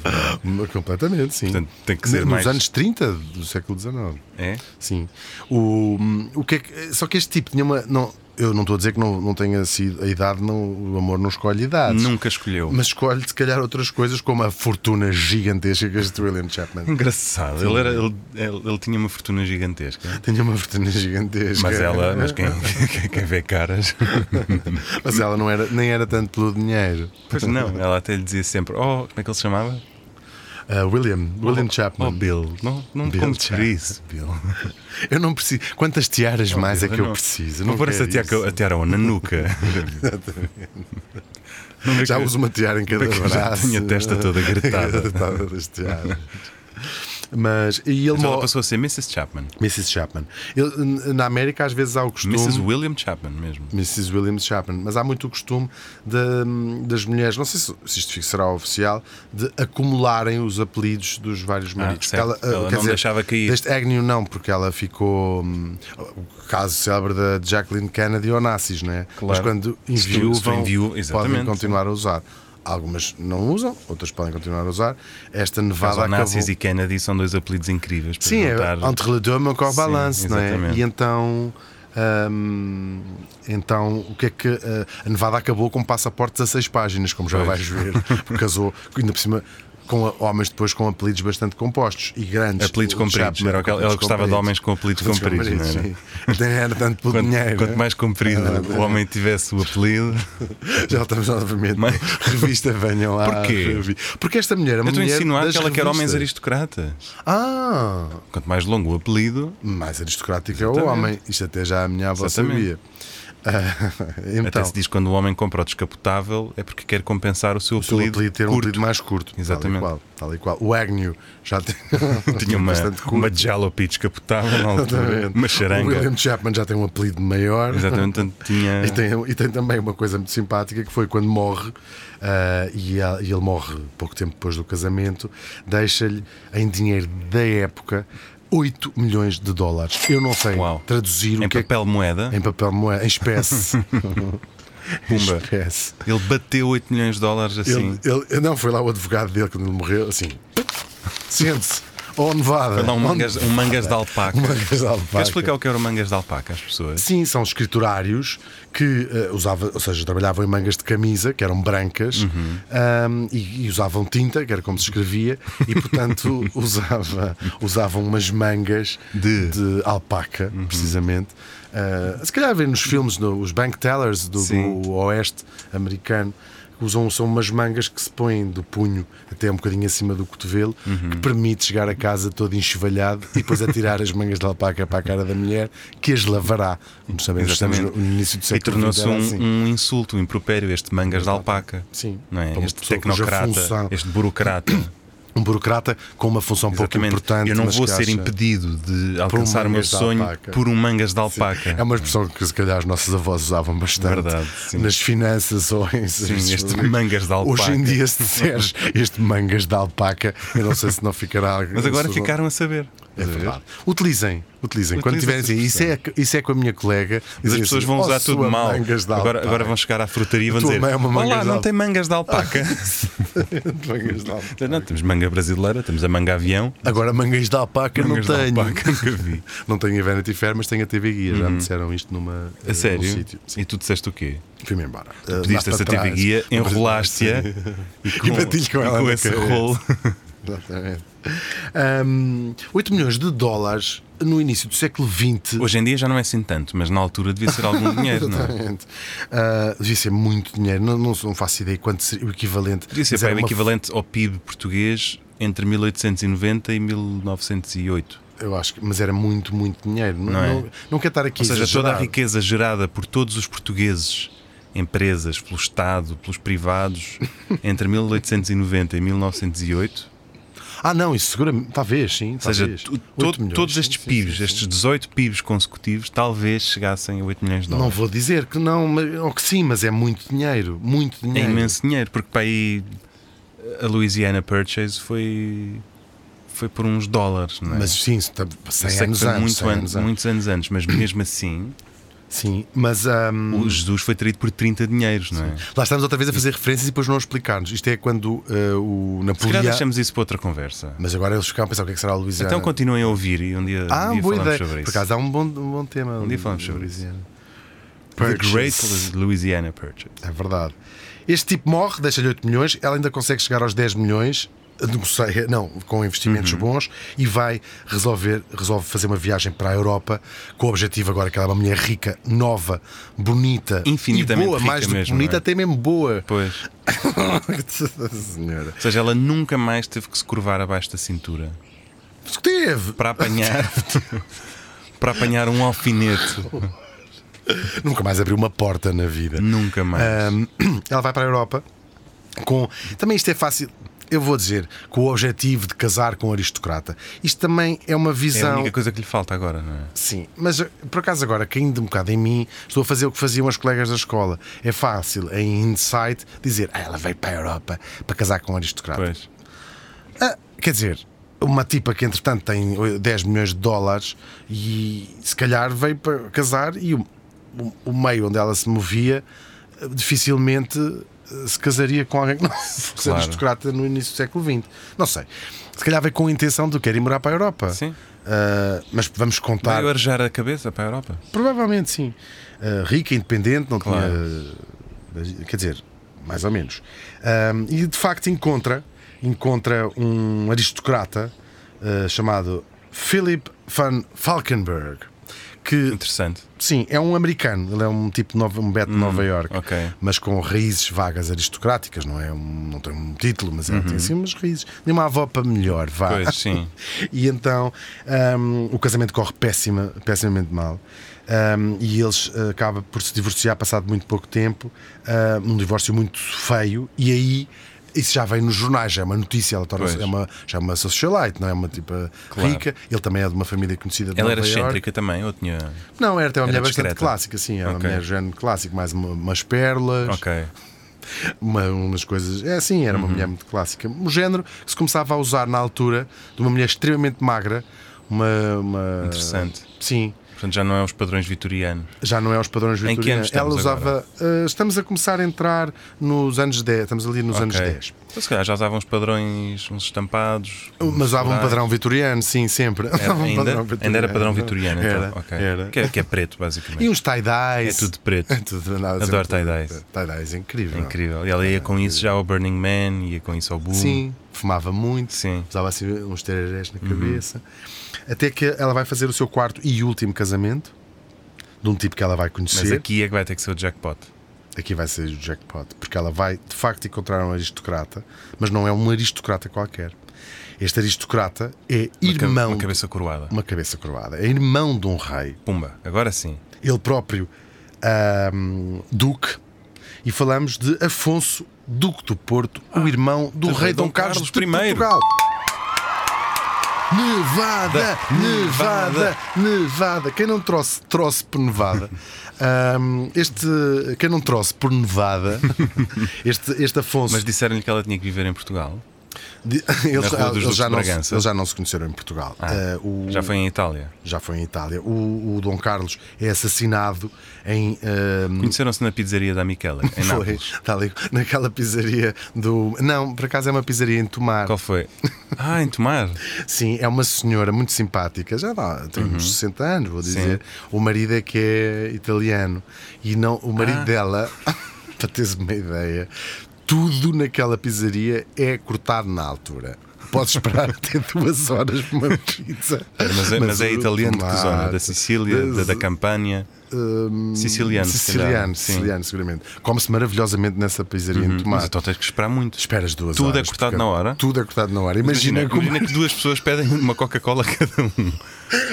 Speaker 1: é?
Speaker 2: Completamente, sim.
Speaker 1: Portanto, tem que ser
Speaker 2: Nos
Speaker 1: mais-
Speaker 2: anos 30 do século XIX.
Speaker 1: É?
Speaker 2: Sim. O, o que é que- só que este tipo tinha uma. Não, eu não estou a dizer que não, não tenha sido. A idade, não, o amor não escolhe idades.
Speaker 1: Nunca escolheu.
Speaker 2: Mas escolhe, se calhar, outras coisas, como a fortuna gigantesca que este William Chapman.
Speaker 1: Engraçado. Ele, era, ele, ele- ele tinha uma fortuna gigantesca.
Speaker 2: Tinha uma fortuna gigantesca.
Speaker 1: Mas ela, mas quem, é quem vê caras.
Speaker 2: Mas ela não era, nem era tanto pelo dinheiro.
Speaker 1: Pois não, ela até lhe dizia sempre: Oh, como é que ele se chamava?
Speaker 2: Ah, William, William
Speaker 1: Oh,
Speaker 2: Chapman.
Speaker 1: Bill. Não, não me
Speaker 2: Bill
Speaker 1: contes por
Speaker 2: Chapman.
Speaker 1: isso, Bill. Oh,
Speaker 2: Eu não preciso. Quantas tiaras mais é que eu
Speaker 1: não.
Speaker 2: preciso? Eu
Speaker 1: Vou
Speaker 2: Não
Speaker 1: pôr essa
Speaker 2: quero
Speaker 1: tiara,
Speaker 2: isso.
Speaker 1: a tiara onde? Na nuca. Não é
Speaker 2: Já
Speaker 1: que-
Speaker 2: uso uma tiara em cada
Speaker 1: Porque já
Speaker 2: braço.
Speaker 1: tinha a testa toda gretada.
Speaker 2: Gretada das tiaras. Mas, e ele
Speaker 1: Mas ela
Speaker 2: morre.
Speaker 1: passou a ser Mrs. Chapman.
Speaker 2: Mrs. Chapman. Ele, n- na América, às vezes há o costume.
Speaker 1: Mrs. William Chapman mesmo.
Speaker 2: Mrs. Williams Chapman, mas há muito o costume de- das mulheres, não sei se, se isto será oficial, de acumularem os apelidos dos vários maridos.
Speaker 1: Ah, certo.
Speaker 2: Porque
Speaker 1: Ela
Speaker 2: quer
Speaker 1: não deixava cair.
Speaker 2: Deste Agnew não, porque ela ficou. hum, o caso célebre da Jacqueline Kennedy Onassis, não é?
Speaker 1: Claro.
Speaker 2: Mas quando
Speaker 1: Se tu-
Speaker 2: enviou,
Speaker 1: se tu enviou,
Speaker 2: podem
Speaker 1: exatamente.
Speaker 2: continuar a usar. Algumas não usam, outras podem continuar a usar. Esta
Speaker 1: Mas
Speaker 2: nevada acabou.
Speaker 1: Onassis e Kennedy são dois apelidos incríveis. Para
Speaker 2: Sim, é
Speaker 1: juntar.
Speaker 2: entre les deux, mon corps
Speaker 1: Sim,
Speaker 2: balance, não é?
Speaker 1: exatamente.
Speaker 2: E então, hum, então o que é que eh, a Nevada acabou com um passaporte de 16 páginas, como já
Speaker 1: Pois.
Speaker 2: vais ver, porque casou ainda por cima com a- homens depois com apelidos bastante compostos e grandes.
Speaker 1: Apelidos
Speaker 2: O
Speaker 1: compridos,
Speaker 2: Chapman
Speaker 1: era o que ela- ela
Speaker 2: apelidos
Speaker 1: gostava de
Speaker 2: compridos.
Speaker 1: homens com apelidos compridos, não
Speaker 2: sim. Nem era tanto pelo
Speaker 1: Quanto,
Speaker 2: dinheiro.
Speaker 1: quanto mais comprido
Speaker 2: Ah,
Speaker 1: o homem tivesse o apelido.
Speaker 2: Já estamos novamente.
Speaker 1: Mas-
Speaker 2: Revista, venham lá.
Speaker 1: Porquê?
Speaker 2: revi- Porque esta mulher é
Speaker 1: Eu
Speaker 2: uma
Speaker 1: estou a
Speaker 2: mulher
Speaker 1: insinuar
Speaker 2: das
Speaker 1: que ela quer homens
Speaker 2: revistas.
Speaker 1: aristocratas.
Speaker 2: Ah!
Speaker 1: Quanto mais longo o apelido,
Speaker 2: mais aristocrático é o
Speaker 1: Exatamente.
Speaker 2: homem. Isto até já a minha avó
Speaker 1: Exatamente.
Speaker 2: sabia. Ah, então,
Speaker 1: até se diz que quando o homem compra o descapotável é porque quer compensar o seu
Speaker 2: o seu
Speaker 1: apelido.
Speaker 2: apelido ter um
Speaker 1: curto.
Speaker 2: apelido mais curto.
Speaker 1: Exatamente.
Speaker 2: Tal e qual. tal e qual. O Agnew já tem,
Speaker 1: Tinha uma,
Speaker 2: bastante curto.
Speaker 1: uma jalopy descapotável, na altura,
Speaker 2: Exatamente.
Speaker 1: uma
Speaker 2: O
Speaker 1: charanga.
Speaker 2: William é Chapman já tem um apelido maior.
Speaker 1: Exatamente, tanto tinha.
Speaker 2: E tem, e tem também uma coisa muito simpática que foi quando morre, ah, e, a- e ele morre pouco tempo depois do casamento, deixa-lhe em dinheiro da época 8 milhões de dólares. Eu não sei
Speaker 1: Uau.
Speaker 2: traduzir o
Speaker 1: Em
Speaker 2: que é que-
Speaker 1: papel né? moeda,
Speaker 2: em papel moeda, em espécie. em
Speaker 1: Pumba.
Speaker 2: espécie.
Speaker 1: ele bateu 8 milhões de dólares assim.
Speaker 2: Ele, ele- não, foi lá o advogado dele quando ele morreu, assim. Sente-se. Oh, Nevada.
Speaker 1: Não, um
Speaker 2: Oh,
Speaker 1: mangas, um mangas de alpaca.
Speaker 2: Nevada. Mangas de alpaca.
Speaker 1: Queres explicar o que é? era o mangas de alpaca às pessoas?
Speaker 2: Sim, são escriturários que eh, usava, ou seja, trabalhavam em mangas de camisa, que eram brancas,
Speaker 1: Uhum.
Speaker 2: ahm, e, e usavam tinta, que era como se escrevia, e portanto usava, usavam umas mangas de, alpaca,
Speaker 1: Uhum.
Speaker 2: precisamente. Ah, se calhar vê nos filmes, no- os bank tellers do,
Speaker 1: Sim.
Speaker 2: do oeste americano, usam são umas mangas que se põem do punho até um bocadinho acima do cotovelo,
Speaker 1: Uhum.
Speaker 2: que permite chegar a casa todo enchevalhado e depois atirar as mangas de alpaca para a cara da mulher, que as lavará. Como sabemos, estamos no
Speaker 1: Exatamente.
Speaker 2: no início do
Speaker 1: E
Speaker 2: século XX,
Speaker 1: tornou-se
Speaker 2: era
Speaker 1: um,
Speaker 2: assim.
Speaker 1: um insulto, um impropério, este mangas de alpaca.
Speaker 2: Sim.
Speaker 1: Não é?
Speaker 2: Para uma
Speaker 1: Este
Speaker 2: pessoa cuja função-
Speaker 1: tecnocrata, este burocrata.
Speaker 2: um burocrata com uma função pouco
Speaker 1: Exatamente.
Speaker 2: importante.
Speaker 1: Eu não
Speaker 2: mas
Speaker 1: vou
Speaker 2: que
Speaker 1: ser
Speaker 2: acha- um
Speaker 1: impedido de alcançar o meu
Speaker 2: mangas de
Speaker 1: sonho
Speaker 2: alpaca.
Speaker 1: por um mangas de
Speaker 2: É
Speaker 1: alpaca.
Speaker 2: uma expressão que se calhar os nossos avós usavam bastante
Speaker 1: Verdade, sim.
Speaker 2: nas finanças ou em serviços
Speaker 1: este
Speaker 2: públicos.
Speaker 1: mangas de alpaca.
Speaker 2: Hoje em dia, se disseres este mangas de alpaca, eu não sei se não ficará.
Speaker 1: Mas agora ficaram a saber.
Speaker 2: É verdade. Utilizem, utilizem. Quando
Speaker 1: Utilizem
Speaker 2: tiverem
Speaker 1: essa
Speaker 2: assim, isso é, isso é com a minha colega.
Speaker 1: Mas as
Speaker 2: dizem
Speaker 1: pessoas
Speaker 2: assim,
Speaker 1: vão
Speaker 2: "Oh,
Speaker 1: usar
Speaker 2: sua
Speaker 1: tudo mal.
Speaker 2: mangas de
Speaker 1: Agora, agora
Speaker 2: alpaca."
Speaker 1: vão chegar à frutaria e vão
Speaker 2: tua
Speaker 1: dizer:
Speaker 2: mãe é uma mangas
Speaker 1: Olá,
Speaker 2: de
Speaker 1: não
Speaker 2: alpaca."
Speaker 1: tem mangas de alpaca.
Speaker 2: Mangas de alpaca.
Speaker 1: não, temos manga brasileira, temos a manga avião.
Speaker 2: Agora, mangas de alpaca
Speaker 1: Mangas
Speaker 2: não
Speaker 1: de
Speaker 2: tenho.
Speaker 1: alpaca, nunca vi. Uhum.
Speaker 2: Não tenho a Vanity Fair, mas tenho a TV Guia. Já me disseram isto numa,
Speaker 1: A
Speaker 2: eh, num
Speaker 1: sério?
Speaker 2: sítio.
Speaker 1: E tu disseste o quê?
Speaker 2: Fui-me embora.
Speaker 1: Pediste essa TV guia, enrolaste-a
Speaker 2: E bati-lhe com
Speaker 1: e
Speaker 2: ela na
Speaker 1: esse
Speaker 2: cabeça.
Speaker 1: rolo.
Speaker 2: Exatamente. Um, 8 milhões de dólares no início do século XX.
Speaker 1: Hoje em dia já não é assim tanto, mas na altura devia ser algum dinheiro, não é?
Speaker 2: Exatamente. Ah, devia ser muito dinheiro. Não, não, não faço ideia quanto seria o equivalente.
Speaker 1: Podia ser
Speaker 2: Mas era
Speaker 1: pá, o
Speaker 2: uma-
Speaker 1: equivalente ao PIB português entre 1890 e 1908.
Speaker 2: Eu acho que, mas era muito, muito dinheiro. Não,
Speaker 1: Não é?
Speaker 2: não, não quero estar aqui
Speaker 1: Ou seja, toda a
Speaker 2: exagerar.
Speaker 1: riqueza gerada por todos os portugueses, empresas, pelo Estado, pelos privados, entre 1890 e 1908,
Speaker 2: Ah, não, isso seguramente. Talvez, sim.
Speaker 1: ou seja,
Speaker 2: talvez.
Speaker 1: tu-
Speaker 2: 8
Speaker 1: to-
Speaker 2: milhões,
Speaker 1: todos
Speaker 2: sim,
Speaker 1: estes
Speaker 2: sim,
Speaker 1: PIBs,
Speaker 2: sim, sim.
Speaker 1: estes 18 PIBs consecutivos, talvez chegassem a 8 milhões de
Speaker 2: Não
Speaker 1: dólares.
Speaker 2: vou dizer que não, mas, ou que sim, mas é muito dinheiro. Muito
Speaker 1: É
Speaker 2: dinheiro.
Speaker 1: imenso dinheiro, porque para aí a Louisiana Purchase foi, foi por uns dólares, não é?
Speaker 2: Mas sim, isso tá-
Speaker 1: Eu
Speaker 2: 100
Speaker 1: sei que
Speaker 2: anos
Speaker 1: foi
Speaker 2: antes.
Speaker 1: muito
Speaker 2: 100 anos antes.
Speaker 1: muitos anos antes, mas mesmo assim,
Speaker 2: Sim, mas. hum,
Speaker 1: o Jesus foi traído por 30 dinheiros, não é?
Speaker 2: Lá estamos outra vez a fazer referências e depois não explicarmos. Isto é quando eh, o
Speaker 1: Se calhar
Speaker 2: Napoleão.
Speaker 1: deixamos isso para outra conversa.
Speaker 2: Mas agora eles ficaram a pensar o que é que será a Louisiana.
Speaker 1: Então continuem a ouvir e um dia,
Speaker 2: ah,
Speaker 1: um dia
Speaker 2: boa
Speaker 1: falamos
Speaker 2: ideia.
Speaker 1: sobre
Speaker 2: Por
Speaker 1: isso.
Speaker 2: acaso há um bom, um bom tema.
Speaker 1: Um dia falamos sobre isso.
Speaker 2: Louisiana.
Speaker 1: The
Speaker 2: Purchase.
Speaker 1: Great Louisiana Purchase.
Speaker 2: É verdade. Este tipo morre, deixa-lhe 8 milhões, ela ainda consegue chegar aos 10 milhões, negocia, não, com
Speaker 1: Uhum.
Speaker 2: investimentos bons, e vai resolver, resolve fazer uma viagem para a Europa, com o objetivo agora que ela é uma mulher rica, nova, bonita,
Speaker 1: Infinitamente
Speaker 2: e boa,
Speaker 1: rica
Speaker 2: mais do que
Speaker 1: mesmo,
Speaker 2: bonita,
Speaker 1: não é?
Speaker 2: até mesmo boa.
Speaker 1: Pois. Ou
Speaker 2: Senhora.
Speaker 1: seja, ela nunca mais teve que se curvar abaixo da cintura
Speaker 2: Teve!
Speaker 1: para apanhar para apanhar um alfinete.
Speaker 2: Nunca mais abriu uma porta na vida.
Speaker 1: Nunca mais.
Speaker 2: Ahm, ela vai para a Europa com. Também isto é fácil. Eu vou dizer, com o objetivo de casar com um aristocrata. Isto também é uma
Speaker 1: é a
Speaker 2: visão.
Speaker 1: única coisa que lhe falta agora, não é?
Speaker 2: Sim, mas eh, por acaso agora, caindo um bocado em mim, estou a fazer o que faziam as colegas da escola. É fácil, em insight, dizer ah, ela veio para a Europa para casar com um aristocrata.
Speaker 1: Pois.
Speaker 2: Ah, quer dizer, uma tipa que entretanto tem oi- 10 milhões de dólares e se calhar veio para casar e o, o- o meio onde ela se movia eh, dificilmente eh, se casaria com alguém que não fosse
Speaker 1: Claro.
Speaker 2: aristocrata no início do século XX. Não sei. Se calhar veio com a intenção de querer ir morar para a Europa.
Speaker 1: Sim.
Speaker 2: Ah, mas vamos contar.
Speaker 1: Vai arejar a cabeça para a Europa.
Speaker 2: Provavelmente sim. Uh, rica, independente, não
Speaker 1: Claro.
Speaker 2: tinha. Quer dizer, mais ou menos. Um, e de facto encontra, encontra um aristocrata uh, chamado Philip van Falkenberg, que
Speaker 1: Interessante.
Speaker 2: sim, é um americano, ele é um tipo de Nova- um beto de Nova York,
Speaker 1: Hum, ok.
Speaker 2: mas com raízes vagas aristocráticas, não é? Um- não tem um título, mas ele tem assim umas raízes. Nem uma avó para melhor, vá.
Speaker 1: Uhum. Pois, sim.
Speaker 2: E então hum, o casamento corre péssima, pessimamente mal. Hum, e eles eh, acabam por se divorciar passado muito pouco tempo, ah, um divórcio muito feio, e aí isso já vem nos jornais, já é uma notícia, ela torna
Speaker 1: Pois.
Speaker 2: é uma, já é uma socialite, não é uma tipo
Speaker 1: Claro.
Speaker 2: rica, ele também é de uma família conhecida de
Speaker 1: Ela
Speaker 2: Nova
Speaker 1: era
Speaker 2: Iorque.
Speaker 1: excêntrica também, ou tinha.
Speaker 2: Não, era até uma
Speaker 1: Era
Speaker 2: mulher bastante
Speaker 1: discreta.
Speaker 2: clássica, sim. Era uma
Speaker 1: Ok.
Speaker 2: mulher de género clássico, mais uma- umas pérolas,
Speaker 1: Ok. Uhum.
Speaker 2: uma- umas coisas. É assim, era uma mulher muito clássica. Um género que se começava a usar na altura de uma mulher extremamente magra, uma. uma-
Speaker 1: Interessante.
Speaker 2: Sim.
Speaker 1: Portanto, já não é os padrões vitorianos.
Speaker 2: Já não é os padrões
Speaker 1: que anos
Speaker 2: vitorianos. Ela
Speaker 1: estamos
Speaker 2: usava. eh, estamos a começar a entrar nos anos 10, estamos ali nos anos
Speaker 1: Ok.
Speaker 2: 10.
Speaker 1: Então, se calhar já usavam uns padrões, uns estampados. uns
Speaker 2: Mas usava um
Speaker 1: florais.
Speaker 2: padrão vitoriano, sim, sempre.
Speaker 1: Era,
Speaker 2: Usava um
Speaker 1: É, ainda,
Speaker 2: padrão
Speaker 1: ainda era padrão
Speaker 2: vitoriano.
Speaker 1: vitoriano,
Speaker 2: Era,
Speaker 1: então. ok.
Speaker 2: era.
Speaker 1: Que, é, que é preto,
Speaker 2: E
Speaker 1: basicamente.
Speaker 2: uns tie-dyes.
Speaker 1: É tudo preto.
Speaker 2: É tudo, nada,
Speaker 1: Adoro
Speaker 2: sempre-
Speaker 1: tie-dyes.
Speaker 2: Tie-dyes, é incrível.
Speaker 1: Incrível. E ela ia com isso já ao Burning Man, ia com isso ao Boom.
Speaker 2: Sim, fumava muito,
Speaker 1: Sim. Uhum.
Speaker 2: usava assim uns tererés na cabeça. Até que ela vai fazer o seu quarto e último casamento de um tipo que ela vai
Speaker 1: Mas
Speaker 2: conhecer.
Speaker 1: aqui é que vai ter que ser o jackpot.
Speaker 2: Aqui vai ser o jackpot, porque ela vai de facto encontrar um aristocrata, mas não é um aristocrata qualquer. Este aristocrata é
Speaker 1: Uma ca-
Speaker 2: irmão.
Speaker 1: Uma cabeça coroada.
Speaker 2: uma cabeça coroada. É irmão de um rei.
Speaker 1: Pumba, agora sim.
Speaker 2: Ele próprio, ahm, Duque. E falamos de Afonso, Duque do Porto, o irmão do
Speaker 1: Ah, do
Speaker 2: rei Dom Carlos, I. de
Speaker 1: I.
Speaker 2: Portugal. Nevada, nevada,
Speaker 1: Nevada.
Speaker 2: nevada. Quem não trouxe, trouxe por nevada. Ahm, este, quem não trouxe por nevada, este, este Afonso.
Speaker 1: Mas disseram-lhe que ela tinha que viver em Portugal.
Speaker 2: de- eles,
Speaker 1: Rua dos
Speaker 2: eles
Speaker 1: Duques
Speaker 2: já
Speaker 1: de
Speaker 2: não, se-
Speaker 1: Bragança.
Speaker 2: eles já não se conheceram em Portugal. Ah, o-
Speaker 1: Já foi em Itália.
Speaker 2: já foi em Itália. O, o Dom Carlos é assassinado em. ah, ahm,
Speaker 1: Conheceram-se na pizzaria da Michele, em
Speaker 2: foi,
Speaker 1: Nápoles.
Speaker 2: tá ali, naquela pizzaria do. Não, por acaso é uma pizzaria em Tomar.
Speaker 1: Qual foi? Ah, em Tomar.
Speaker 2: Sim, é uma senhora muito simpática, já dá, tem
Speaker 1: Uhum.
Speaker 2: uns 60 anos, vou dizer. O marido é que é italiano. E não, o marido
Speaker 1: Ah.
Speaker 2: dela, para teres uma ideia, tudo naquela pizzaria é cortado na altura. Podes esperar até duas horas por uma pizza.
Speaker 1: Mas é, mas é
Speaker 2: o
Speaker 1: italiano de que zona? É
Speaker 2: tomate,
Speaker 1: Da Sicília, da, da Campânia.
Speaker 2: hum,
Speaker 1: Siciliano, se calhar.
Speaker 2: Siciliano,
Speaker 1: Sim.
Speaker 2: siciliano, seguramente. Come-se maravilhosamente nessa pizzaria em
Speaker 1: Mas
Speaker 2: tomate.
Speaker 1: então tens que esperar muito.
Speaker 2: Esperas duas
Speaker 1: Tudo é
Speaker 2: horas.
Speaker 1: cortado
Speaker 2: porque
Speaker 1: na hora?
Speaker 2: Tudo é cortado na hora. Imagina,
Speaker 1: Imagina,
Speaker 2: como
Speaker 1: imagina que duas pessoas pedem uma Coca-Cola cada um.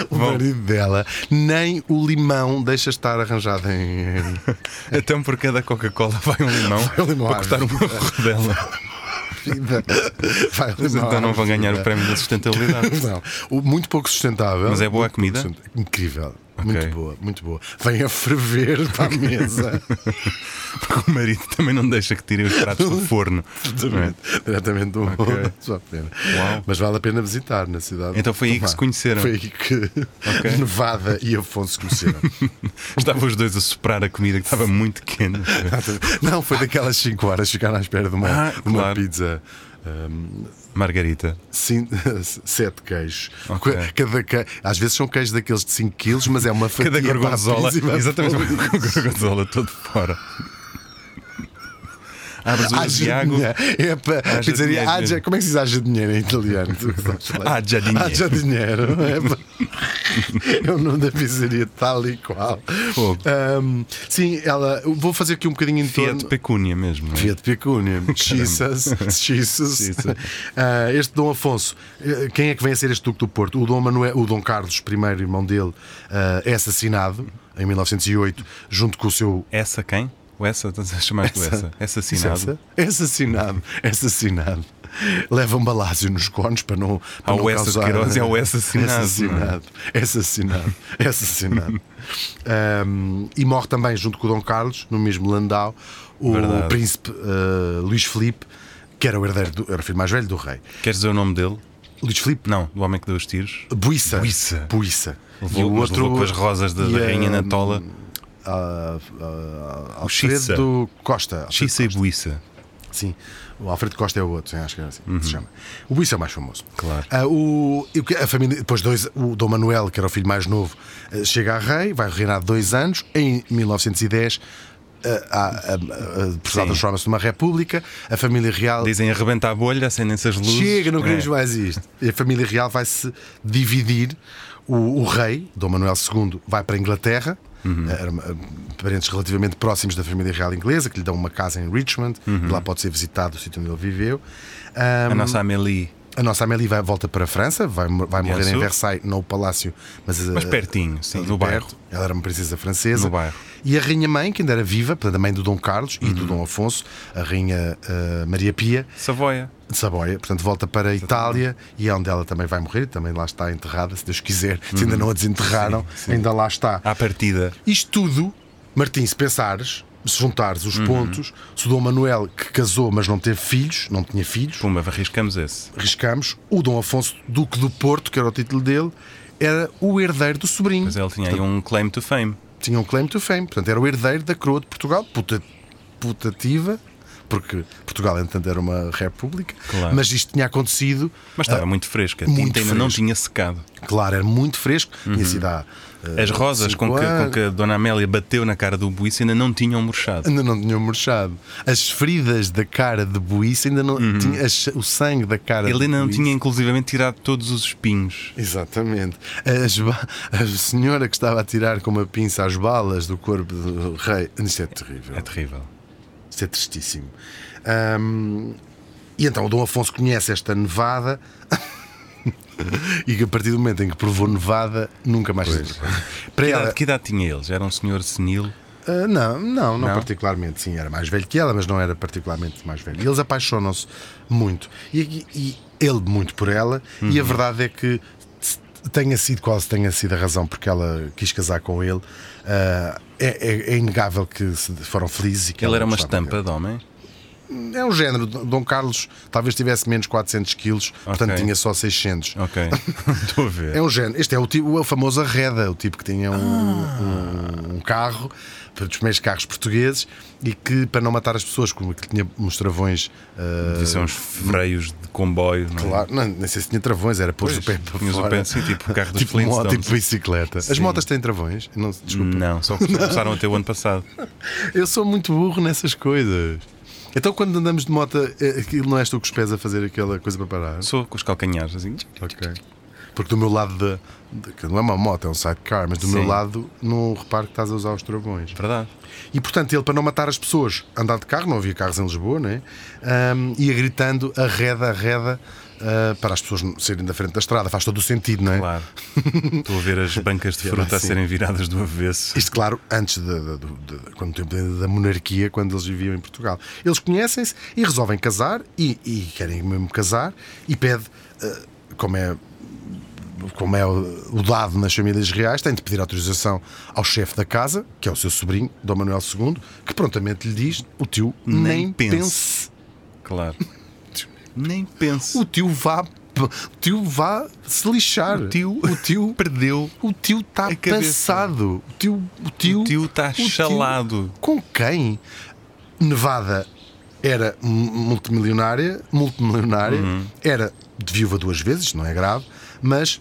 Speaker 2: o marido dela, nem o limão deixa estar arranjado em.
Speaker 1: Então por cada Coca-Cola vai um limão,
Speaker 2: Vai um limão
Speaker 1: para
Speaker 2: à
Speaker 1: cortar uma rodela.
Speaker 2: vida. Vai,
Speaker 1: Mas
Speaker 2: limão
Speaker 1: então
Speaker 2: à
Speaker 1: não vão ganhar
Speaker 2: vida.
Speaker 1: o prémio da sustentabilidade.
Speaker 2: Não, o muito pouco sustentável.
Speaker 1: Mas é boa a comida?
Speaker 2: Muito sustenta- Incrível.
Speaker 1: Ok.
Speaker 2: Muito boa, muito boa. Vem a ferver para a mesa.
Speaker 1: Porque o marido também não deixa que tirem os pratos do forno. não é?
Speaker 2: Diretamente do mundo.
Speaker 1: Ok.
Speaker 2: Só a pena.
Speaker 1: Uau.
Speaker 2: Mas vale a pena visitar na cidade.
Speaker 1: Então foi aí que
Speaker 2: Tomar.
Speaker 1: se conheceram.
Speaker 2: Foi aí que Nevada e Afonso se conheceram.
Speaker 1: Estavam os dois a soprar a comida que estava muito quente.
Speaker 2: Não, foi daquelas 5 horas ficaram à espera de uma,
Speaker 1: Ah,
Speaker 2: de uma
Speaker 1: claro.
Speaker 2: pizza.
Speaker 1: Margarita.
Speaker 2: 7 queijos.
Speaker 1: Ok.
Speaker 2: Ca- Cada que... Às vezes são queijos daqueles de 5 quilos, mas é uma fatia
Speaker 1: Cada
Speaker 2: para a
Speaker 1: gorgonzola.
Speaker 2: pizza e vai
Speaker 1: Exatamente,
Speaker 2: para o-
Speaker 1: uma gorgonzola todo fora. Abres
Speaker 2: Ah,
Speaker 1: o Diago.
Speaker 2: jardinha. É para
Speaker 1: Ah,
Speaker 2: pizzaria.
Speaker 1: jardinha,
Speaker 2: Ah, ja- Como é que se diz ah, jardinheiro em italiano? Tu que sabes falar.
Speaker 1: Ah, jardinheiro.
Speaker 2: Ah, jardinheiro. É, pa- é o nome da pizzaria, tal e qual.
Speaker 1: Fogo.
Speaker 2: Ahm, sim, ela. eu Vou fazer aqui um bocadinho em
Speaker 1: Fiat
Speaker 2: torno.
Speaker 1: Pecúnia mesmo. não é?
Speaker 2: Fiat Picúnia, Jesus, Jesus.
Speaker 1: Jesus.
Speaker 2: Ah, este Dom Afonso, eh, quem é que vem a ser este Duque do Porto? O Dom, Manuel, o Dom Carlos I, irmão dele, ah, é assassinado em 1908, junto com o seu.
Speaker 1: Essa quem? O essa? Estás a chamar tu essa? Essa assinado.
Speaker 2: É assassinado, é assassinado. Leva um balásio nos cones para não. Para
Speaker 1: Ao
Speaker 2: não
Speaker 1: S de
Speaker 2: causar-
Speaker 1: Queiroz e ao S assinado,
Speaker 2: É assassinado, é assassinado, é assassinado. Ahm, e morre também, junto com o Dom Carlos, no mesmo Landau, o
Speaker 1: Verdade.
Speaker 2: príncipe ah, Luís Filipe, que era o herdeiro, do, era o filho mais velho do rei.
Speaker 1: Queres dizer o nome dele?
Speaker 2: Luís Filipe,
Speaker 1: Não, do homem que deu os tiros.
Speaker 2: Buissa.
Speaker 1: Buissa.
Speaker 2: Buissa.
Speaker 1: Levou, mas levou com as rosas da,
Speaker 2: e,
Speaker 1: da rainha
Speaker 2: ah,
Speaker 1: na tola.
Speaker 2: ah, ah,
Speaker 1: Xissa.
Speaker 2: Alfredo Costa. Alfredo
Speaker 1: Xissa e Buissa.
Speaker 2: Sim, o Alfredo Costa é o outro, sim, acho que era assim que se chama. O Buíça é o mais famoso.
Speaker 1: Uhum. Claro.
Speaker 2: Ah, o, e o que- a família, depois dois, o Dom Manuel, que era o filho mais novo, eh, chega a rei, vai reinar dois anos, em 1910. ah, há- A, a, a Portugal
Speaker 1: Sim.
Speaker 2: transforma-se numa república, a família real
Speaker 1: Dizem arrebenta a bolha, acendem-se as luzes.
Speaker 2: Chega, não queremos
Speaker 1: É.
Speaker 2: mais isto. E a família real vai se dividir. O, o rei, Dom Manuel II, vai para a Inglaterra.
Speaker 1: Uhum.
Speaker 2: Eram, eh, parentes relativamente próximos da família real inglesa, que lhe dão uma casa em Richmond.
Speaker 1: Uhum.
Speaker 2: que Lá pode ser visitado o sítio onde ele viveu. Ah,
Speaker 1: A nossa Amélie.
Speaker 2: A nossa Amélie vai, volta para a França, vai, mo- vai morrer em
Speaker 1: Sul.
Speaker 2: Versailles, não o palácio, mas,
Speaker 1: Mas
Speaker 2: eh,
Speaker 1: pertinho, sim,
Speaker 2: ali
Speaker 1: do bairro.
Speaker 2: perto. Ela era uma princesa francesa.
Speaker 1: No bairro. Uhum.
Speaker 2: E a rainha mãe, que ainda era viva, portanto, a mãe do Dom Carlos e do Dom Afonso, a rainha eh, Maria Pia,
Speaker 1: Savoia.
Speaker 2: de Saboia, portanto volta para a Itália e é onde ela também vai morrer, também lá está enterrada, se Deus quiser, se ainda não a desenterraram, ainda lá está.
Speaker 1: À partida.
Speaker 2: Isto tudo, Martim, se pensares, se juntares os pontos, se o Dom Manuel, que casou mas não teve filhos, não tinha filhos,
Speaker 1: Pumba, arriscamos esse.
Speaker 2: arriscamos, o Dom Afonso, Duque do Porto, que era o título dele, era o herdeiro do sobrinho.
Speaker 1: Mas ele tinha aí um claim to fame.
Speaker 2: Tinha um claim to fame, portanto era o herdeiro da coroa de Portugal, puta, putativa, porque Portugal, entretanto, era uma república,
Speaker 1: Claro.
Speaker 2: mas isto tinha acontecido.
Speaker 1: Mas estava muito fresca. A
Speaker 2: Ah, muito
Speaker 1: tinta ainda não
Speaker 2: fresco.
Speaker 1: tinha secado.
Speaker 2: Claro, era muito fresco,
Speaker 1: Uhum.
Speaker 2: tinha sido há. eh,
Speaker 1: As rosas
Speaker 2: cinco
Speaker 1: com que, com
Speaker 2: anos.
Speaker 1: que a Dona Amélia bateu na cara do Buíça ainda não tinham murchado.
Speaker 2: Ainda não tinham murchado. As feridas da cara de Buíça ainda não tinha as- o sangue da cara
Speaker 1: Uhum. Ele
Speaker 2: de
Speaker 1: ainda não
Speaker 2: Buíça.
Speaker 1: tinha, inclusivamente, tirado todos os espinhos.
Speaker 2: Exatamente. As ba- a senhora que estava a tirar com uma pinça as balas do corpo do rei. Isto é terrível.
Speaker 1: É terrível.
Speaker 2: Isto é tristíssimo. Ahm, e então o Dom Afonso conhece esta nevada e que a partir do momento em que provou nevada, nunca mais se trocou. Para
Speaker 1: Que
Speaker 2: ela,
Speaker 1: idade, que idade tinha ele? Já era um senhor senil.
Speaker 2: ah, não, não, não,
Speaker 1: Não?
Speaker 2: particularmente. Sim, era mais velho que ela, mas não era particularmente mais velho. E eles apaixonam-se muito. E, e- e ele muito por ela. E a
Speaker 1: Uhum.
Speaker 2: verdade é que se- tenha sido, quase tenha sido a razão porque ela quis casar com ele. ah, é, é- é inegável que se- foram felizes e que
Speaker 1: Ele
Speaker 2: ela
Speaker 1: era uma
Speaker 2: gostava dele.
Speaker 1: estampa de homem.
Speaker 2: É um género. Dom Carlos talvez tivesse menos 400 quilos, portanto tinha só 600.
Speaker 1: Ok. Estou a ver.
Speaker 2: É um género. Este é o, tipo, o famoso Arreda, o tipo que tinha um,
Speaker 1: Ah.
Speaker 2: um- um carro, dos primeiros carros portugueses, e que para não matar as pessoas, como que tinha uns travões. ah,
Speaker 1: Devia ser uns freios de comboio. Não é?
Speaker 2: lá- não, nem sei se tinha travões, era pôr
Speaker 1: Pois,
Speaker 2: o pé para
Speaker 1: tinhas o
Speaker 2: fora.
Speaker 1: pé, sim, tipo o carro dos
Speaker 2: tipo, moto,
Speaker 1: Flintstones.
Speaker 2: tipo bicicleta. As
Speaker 1: Sim.
Speaker 2: motas têm travões? Não, desculpa.
Speaker 1: Não, só começaram a ter o ano passado. Hum.
Speaker 2: Eu sou muito burro nessas coisas. Então quando andamos de moto, eh, aquilo não és tu que os pés a fazer aquela coisa para parar?
Speaker 1: Sou com os calcanhares assim.
Speaker 2: Ok. Porque do meu lado da. de- que não é uma moto, é um sidecar, mas do
Speaker 1: Sim.
Speaker 2: meu lado não reparo que estás a usar os travões.
Speaker 1: Verdade.
Speaker 2: E portanto, ele, para não matar as pessoas, andar de carro, não havia carros em Lisboa, né? Ahm, ia gritando arreda, arreda, ah, para as pessoas não saírem da frente da estrada. Faz todo o sentido, não é?
Speaker 1: Claro. Estou a ver as bancas de
Speaker 2: Era
Speaker 1: fruta a
Speaker 2: assim.
Speaker 1: serem viradas do avesso.
Speaker 2: Isto, claro, antes da- da- do- da- quando o tempo da- da monarquia, quando eles viviam em Portugal. Eles conhecem-se e resolvem casar e, e querem mesmo casar e pede, eh, como é como é o o dado nas famílias reais, tem de pedir autorização ao chefe da casa, que é o seu sobrinho, Dom Manuel II, que prontamente lhe diz: o tio nem,
Speaker 1: Nem pense.
Speaker 2: pense.
Speaker 1: Claro. Nem penso.
Speaker 2: O tio vá. O tio vá se lixar. O
Speaker 1: tio-
Speaker 2: o tio
Speaker 1: perdeu.
Speaker 2: o tio está
Speaker 1: A É cabeça.
Speaker 2: passado. O tio o tio
Speaker 1: O tio tá
Speaker 2: o tio-
Speaker 1: chalado.
Speaker 2: Com quem? Nevada era mu- multimilionária, multimilionária,
Speaker 1: Uhum.
Speaker 2: era de viúva duas vezes, não é grave, mas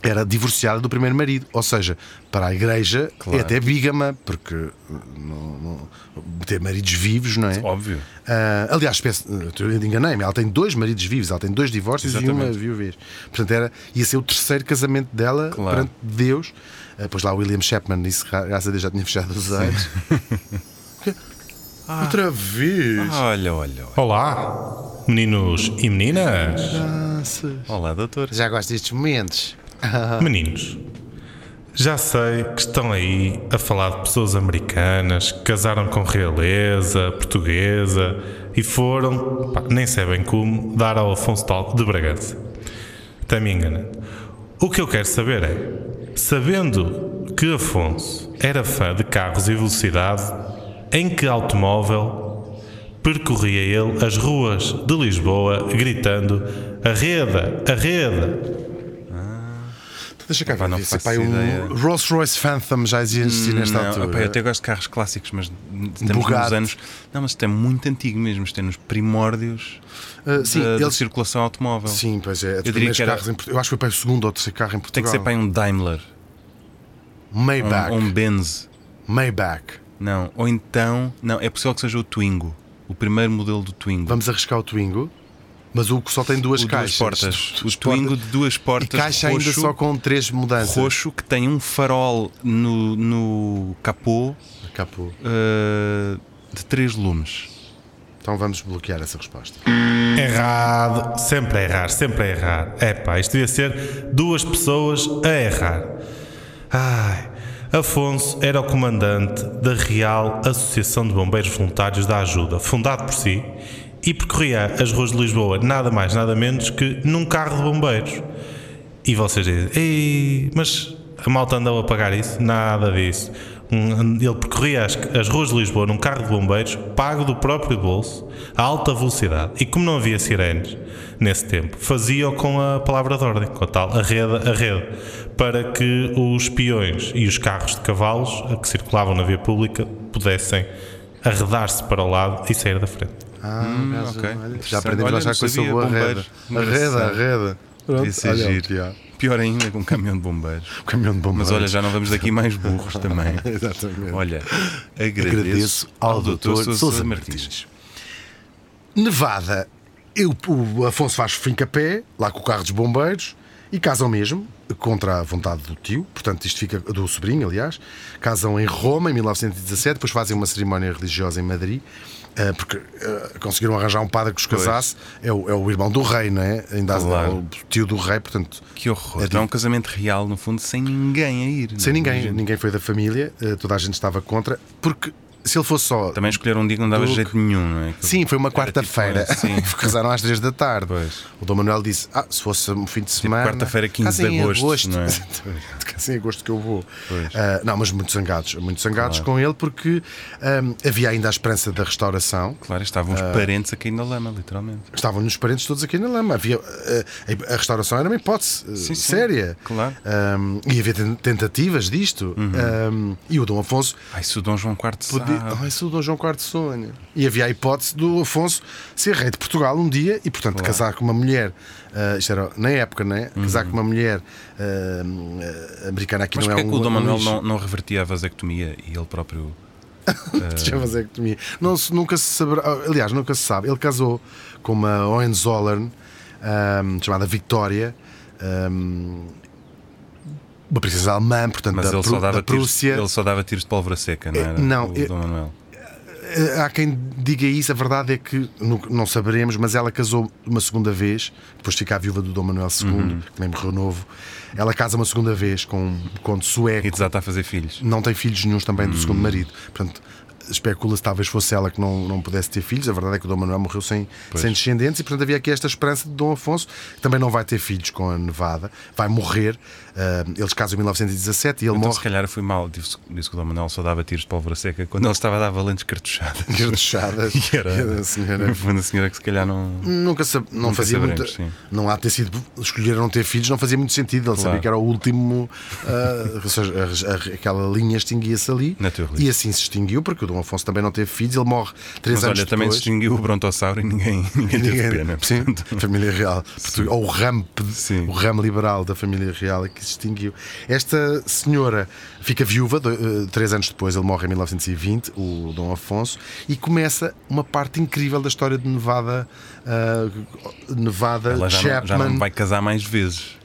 Speaker 2: era divorciada do primeiro marido, ou seja, para a igreja
Speaker 1: Claro.
Speaker 2: é até bígama, porque uh, não- não- ter maridos vivos, não é?
Speaker 1: Óbvio.
Speaker 2: Ah, aliás, peço- eu enganei-me, ela tem dois maridos vivos, ela tem dois divórcios e uma
Speaker 1: Exatamente.
Speaker 2: viuvez. Portanto, era, ia ser o terceiro casamento dela
Speaker 1: Claro.
Speaker 2: perante Deus. Ah, pois lá o William Chapman disse, "Gra- graças a Deus já tinha fechado os olhos.
Speaker 1: Ah.
Speaker 2: Outra vez!
Speaker 1: Olha, olha, olha.
Speaker 4: Olá, meninos e meninas.
Speaker 1: Ah, Olá, doutor.
Speaker 2: Já gosto destes momentos.
Speaker 4: Meninos, já sei que estão aí a falar de pessoas americanas que casaram com realeza portuguesa e foram, pá, nem sabem como, dar ao Afonso Tal de Bragança. Está me enganando. O que eu quero saber é, sabendo que Afonso era fã de carros e velocidade, em que automóvel percorria ele as ruas de Lisboa gritando Arreda, Arreda,
Speaker 2: Deixa cá
Speaker 1: Epá,
Speaker 2: ver,
Speaker 1: não
Speaker 2: devia ser,
Speaker 1: faço
Speaker 2: pá, um
Speaker 1: ideia. Hum,
Speaker 2: Rolls Royce Phantom já existia nesta
Speaker 1: Não,
Speaker 2: altura.
Speaker 1: epá, eu até gosto de carros clássicos, mas estamos nos
Speaker 2: Bugatti.
Speaker 1: anos. Não, mas isto é muito antigo mesmo, isto é nos primórdios
Speaker 2: Ah, sim,
Speaker 1: da, da
Speaker 2: eles-
Speaker 1: circulação automóvel.
Speaker 2: Sim, pois é.
Speaker 1: diria
Speaker 2: Eu, primeiros
Speaker 1: que era-
Speaker 2: carros em, Portu- eu acho que foi para o segundo ou terceiro carro
Speaker 1: Tem
Speaker 2: em
Speaker 1: que
Speaker 2: Portugal.
Speaker 1: ser para aí um Daimler, um,
Speaker 2: Maybach.
Speaker 1: ou um Benz.
Speaker 2: Maybach.
Speaker 1: Não, ou então, não, é possível que seja o Twingo, o primeiro modelo do Twingo.
Speaker 2: Vamos arriscar o Twingo, mas o que só tem duas
Speaker 1: o de duas
Speaker 2: caixas.
Speaker 1: portas. O
Speaker 2: Duas
Speaker 1: Twingo
Speaker 2: portas.
Speaker 1: de duas
Speaker 2: E
Speaker 1: portas.
Speaker 2: caixa
Speaker 1: roxo,
Speaker 2: ainda só com três mudanças.
Speaker 1: roxo que tem um farol no, no capô
Speaker 2: Capô.
Speaker 1: eh, de três lumes.
Speaker 2: Então vamos bloquear essa resposta.
Speaker 1: Hum,
Speaker 4: Errado, sempre a errar, sempre a errar. Epá, isto devia ser duas pessoas a errar. Ai, Afonso era o comandante da Real Associação de Bombeiros Voluntários da Ajuda, fundado por si, e percorria as ruas de Lisboa nada mais, nada menos que num carro de bombeiros. E vocês dizem, Ei, mas a malta andou a pagar isso? Nada disso. Um, Ele percorria as, as ruas de Lisboa num carro de bombeiros, pago do próprio bolso, a alta velocidade. E como não havia sirenes nesse tempo, fazia-o com a palavra de ordem, com a tal arreda, arreda, para que os peões e os carros de cavalos a que circulavam na via pública pudessem arredar-se para o lado e sair da frente.
Speaker 2: Ah,
Speaker 1: Hum,
Speaker 2: gajo,
Speaker 1: ok.
Speaker 2: olha, já
Speaker 1: Interessante.
Speaker 2: aprendemos a
Speaker 1: Olha,
Speaker 2: achar
Speaker 1: não
Speaker 2: que eu sou
Speaker 1: sabia,
Speaker 2: boa
Speaker 1: bombeiro.
Speaker 2: reda. Arreda,
Speaker 1: Engraçado.
Speaker 2: arreda. Pronto,
Speaker 1: Devia ser
Speaker 2: olha,
Speaker 1: é giro.
Speaker 2: já.
Speaker 1: Pior ainda, com um caminhão de bombeiros.
Speaker 2: O caminhão de bombeiros.
Speaker 1: Mas olha, já não vamos daqui mais burros também.
Speaker 2: Exatamente.
Speaker 1: Olha, agradeço,
Speaker 2: Agradeço ao Dr.
Speaker 1: Sousa
Speaker 2: Sousa
Speaker 1: Martins.
Speaker 2: Nevada. Eu, o Afonso faz fincapé, lá com o carro dos bombeiros, e casam mesmo, contra a vontade do tio, portanto, isto fica do sobrinho, aliás. Casam em Roma, em 1917, depois fazem uma cerimónia religiosa em Madrid, ah, porque ah, conseguiram arranjar um padre que os casasse. É o, é o irmão do rei, não é? Ainda há-
Speaker 1: Claro.
Speaker 2: o tio do rei, portanto,
Speaker 1: Que horror.
Speaker 2: É
Speaker 1: É, um casamento real, no fundo, sem ninguém a ir. não é?
Speaker 2: sem ninguém,
Speaker 1: Imagina.
Speaker 2: ninguém foi da família, ah, toda a gente estava contra, porque se ele fosse só
Speaker 1: Também escolheram um dia que não dava
Speaker 2: Duque.
Speaker 1: jeito nenhum, não é? Que-
Speaker 2: Sim, foi uma
Speaker 1: Era tipo,
Speaker 2: quarta-feira.
Speaker 1: sim.
Speaker 2: Porque Rezaram às três da tarde.
Speaker 1: Pois. Tipo,
Speaker 2: O Dom Manuel disse: Ah, se fosse um fim de semana.
Speaker 1: quarta-feira, 15
Speaker 2: casem
Speaker 1: de
Speaker 2: em
Speaker 1: agosto, não é?
Speaker 2: Casem em agosto que eu vou. Ah, não, mas muito zangados. Muito zangados com ele porque ahm, havia ainda a esperança da restauração.
Speaker 1: Claro, estavam os
Speaker 2: Ah.
Speaker 1: parentes a cair na lama, literalmente.
Speaker 2: Estavam-nos os parentes todos aqui na lama. Havia, ah, a restauração era uma hipótese ah,
Speaker 1: Sim, sim.
Speaker 2: séria.
Speaker 1: Claro. Uhum.
Speaker 2: Ahm, e havia ten- tentativas disto. Ahm, e o Dom Afonso
Speaker 1: Ai, se o Dom João IV
Speaker 2: Podia...
Speaker 1: sabe.
Speaker 2: Ah, isso é o Dom João IV de sonho. E havia a hipótese do Afonso ser rei de Portugal um dia e, portanto, casar com uma mulher. ah, isto era na época, não é? Casar com uma mulher ah, ah, americana aqui
Speaker 1: Uhum. Mas
Speaker 2: não é
Speaker 1: porquê
Speaker 2: um.
Speaker 1: é que o Dom Manuel
Speaker 2: um
Speaker 1: não, não revertia a vasectomia e ele próprio.
Speaker 2: Tinha vasectomia. Não se- nunca se saberá. ah, Aliás, nunca se sabe. Ele casou com uma Hohenzollern ahm, chamada Victoria. ahm, uma princesa alemã, portanto,
Speaker 1: Mas
Speaker 2: da,
Speaker 1: ele,
Speaker 2: Prú-
Speaker 1: só dava
Speaker 2: da
Speaker 1: tiros,
Speaker 2: Prússia.
Speaker 1: ele só dava tiros de pólvora seca, não
Speaker 2: Eh,
Speaker 1: era?
Speaker 2: não,
Speaker 1: o
Speaker 2: eh,
Speaker 1: Dom Manuel.
Speaker 2: Eh, Há quem diga isso, a verdade é que nu- não saberemos, mas ela casou uma segunda vez, depois de ficar viúva do Dom Manuel II,
Speaker 1: Uhum.
Speaker 2: que nem morreu novo. Ela casa uma segunda vez com um conde
Speaker 1: E Uhum.
Speaker 2: sueco,
Speaker 1: desata a fazer filhos.
Speaker 2: não tem filhos nenhum também do segundo marido. Portanto, especula-se talvez fosse ela que não, não pudesse ter filhos. A verdade é que o Dom Manuel morreu sem, sem descendentes e, portanto, havia aqui esta esperança de Dom Afonso, que também não vai ter filhos com a Nevada, vai morrer. Ah, eles casam em 1917 e ele
Speaker 1: Então, se
Speaker 2: morre.
Speaker 1: calhar, eu fui mal. Disse, disse que o Dom Manuel só dava tiros de pólvora seca quando ele estava a dar valentes cartuchadas.
Speaker 2: Gardechadas.
Speaker 1: E era- um
Speaker 2: E a senhora
Speaker 1: No fundo, a senhora que se calhar não.
Speaker 2: Nunca sab... não fazia
Speaker 1: saberemos,
Speaker 2: muito...
Speaker 1: sim.
Speaker 2: não há ter sido escolher não ter filhos não fazia muito sentido ele sabia
Speaker 1: Claro.
Speaker 2: que era o último ah, ou seja, a- a- aquela linha extinguia-se ali
Speaker 1: Naturalista.
Speaker 2: e assim se extinguiu porque o Dom Afonso também não teve filhos ele morre três
Speaker 1: Mas
Speaker 2: anos
Speaker 1: olha, também
Speaker 2: depois
Speaker 1: distinguiu o brontossauro e ninguém, ninguém teve
Speaker 2: Ninguém-
Speaker 1: pena.
Speaker 2: Sim,
Speaker 1: portanto.
Speaker 2: família real. Portu- Ou o ramo,
Speaker 1: Sim.
Speaker 2: o ramo liberal da família real é que se extinguiu. Esta senhora fica viúva do- eh, três anos depois, ele morre em 1920, o Dom Afonso, e começa uma parte incrível da história de Nevada, ah, Nevada
Speaker 1: Ela já,
Speaker 2: Chapman.
Speaker 1: não, já não vai casar mais vezes.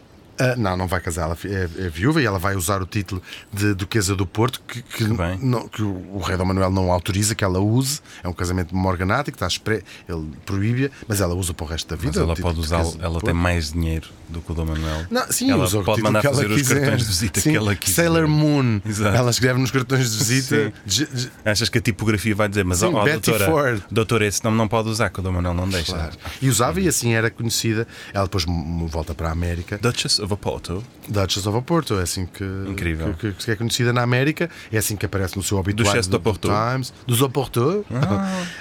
Speaker 2: Ah, não, não vai casar, ela fi- é, é viúva e ela vai usar o título de Duquesa do Porto, que, que
Speaker 1: bem.
Speaker 2: não- que o o rei Dom Manuel não autoriza que ela use. É um casamento morganático, está expre... ele proíbe, mas ela usa para o resto da vida.
Speaker 1: Mas
Speaker 2: o
Speaker 1: ela
Speaker 2: título
Speaker 1: pode
Speaker 2: de
Speaker 1: usá-lo,
Speaker 2: Duquesa do
Speaker 1: ela
Speaker 2: Porto.
Speaker 1: tem mais dinheiro do que o Dom Manuel.
Speaker 2: Não, sim,
Speaker 1: ela
Speaker 2: usa o
Speaker 1: pode
Speaker 2: título
Speaker 1: mandar
Speaker 2: que ela
Speaker 1: fazer os
Speaker 2: quiser.
Speaker 1: cartões de visita
Speaker 2: Sim,
Speaker 1: que ela quiser.
Speaker 2: Sailor Moon.
Speaker 1: Exato.
Speaker 2: Ela escreve nos cartões de visita.
Speaker 1: Sim.
Speaker 2: J-
Speaker 1: Achas que a tipografia vai dizer, mas
Speaker 2: Sim,
Speaker 1: ó, ó,
Speaker 2: Betty
Speaker 1: doutora,
Speaker 2: Ford.
Speaker 1: doutora, esse nome não pode usar, que o Dom Manuel não deixa.
Speaker 2: Claro. E usava e assim era conhecida. Ela depois m- volta para a América.
Speaker 1: Duchess of Oporto,
Speaker 2: Duchess of Oporto, é assim que,
Speaker 1: Incrível.
Speaker 2: que, que- que é conhecida na América, é assim que aparece no seu obituário
Speaker 1: Duchesse d'Oporto.
Speaker 2: Times, dos Oporto.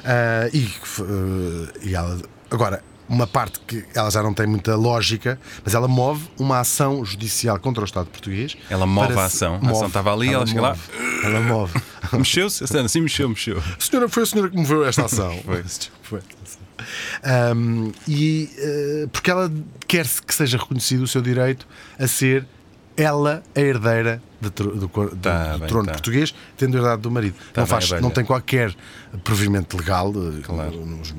Speaker 2: Ah, e, que f- eh, e ela, agora, uma parte que ela já não tem muita lógica, mas ela move uma ação judicial contra o Estado português.
Speaker 1: Ela move
Speaker 2: Para
Speaker 1: a
Speaker 2: se-
Speaker 1: ação. A ação estava ali, ela chega lá.
Speaker 2: move, Ela move.
Speaker 1: mexeu-se? Sandra, Sim, mexeu, mexeu.
Speaker 2: senhora, foi a senhora que moveu esta ação.
Speaker 1: Foi.
Speaker 2: Foi esta ação. Ahm, e eh, porque ela quer -se que seja reconhecido o seu direito a ser ela a herdeira de tro- do, cor- do-
Speaker 1: Tá
Speaker 2: do
Speaker 1: bem,
Speaker 2: trono
Speaker 1: tá.
Speaker 2: português, tendo herdade do marido. não,
Speaker 1: bem,
Speaker 2: faz,
Speaker 1: velha.
Speaker 2: não tem qualquer provimento legal. eh, Os,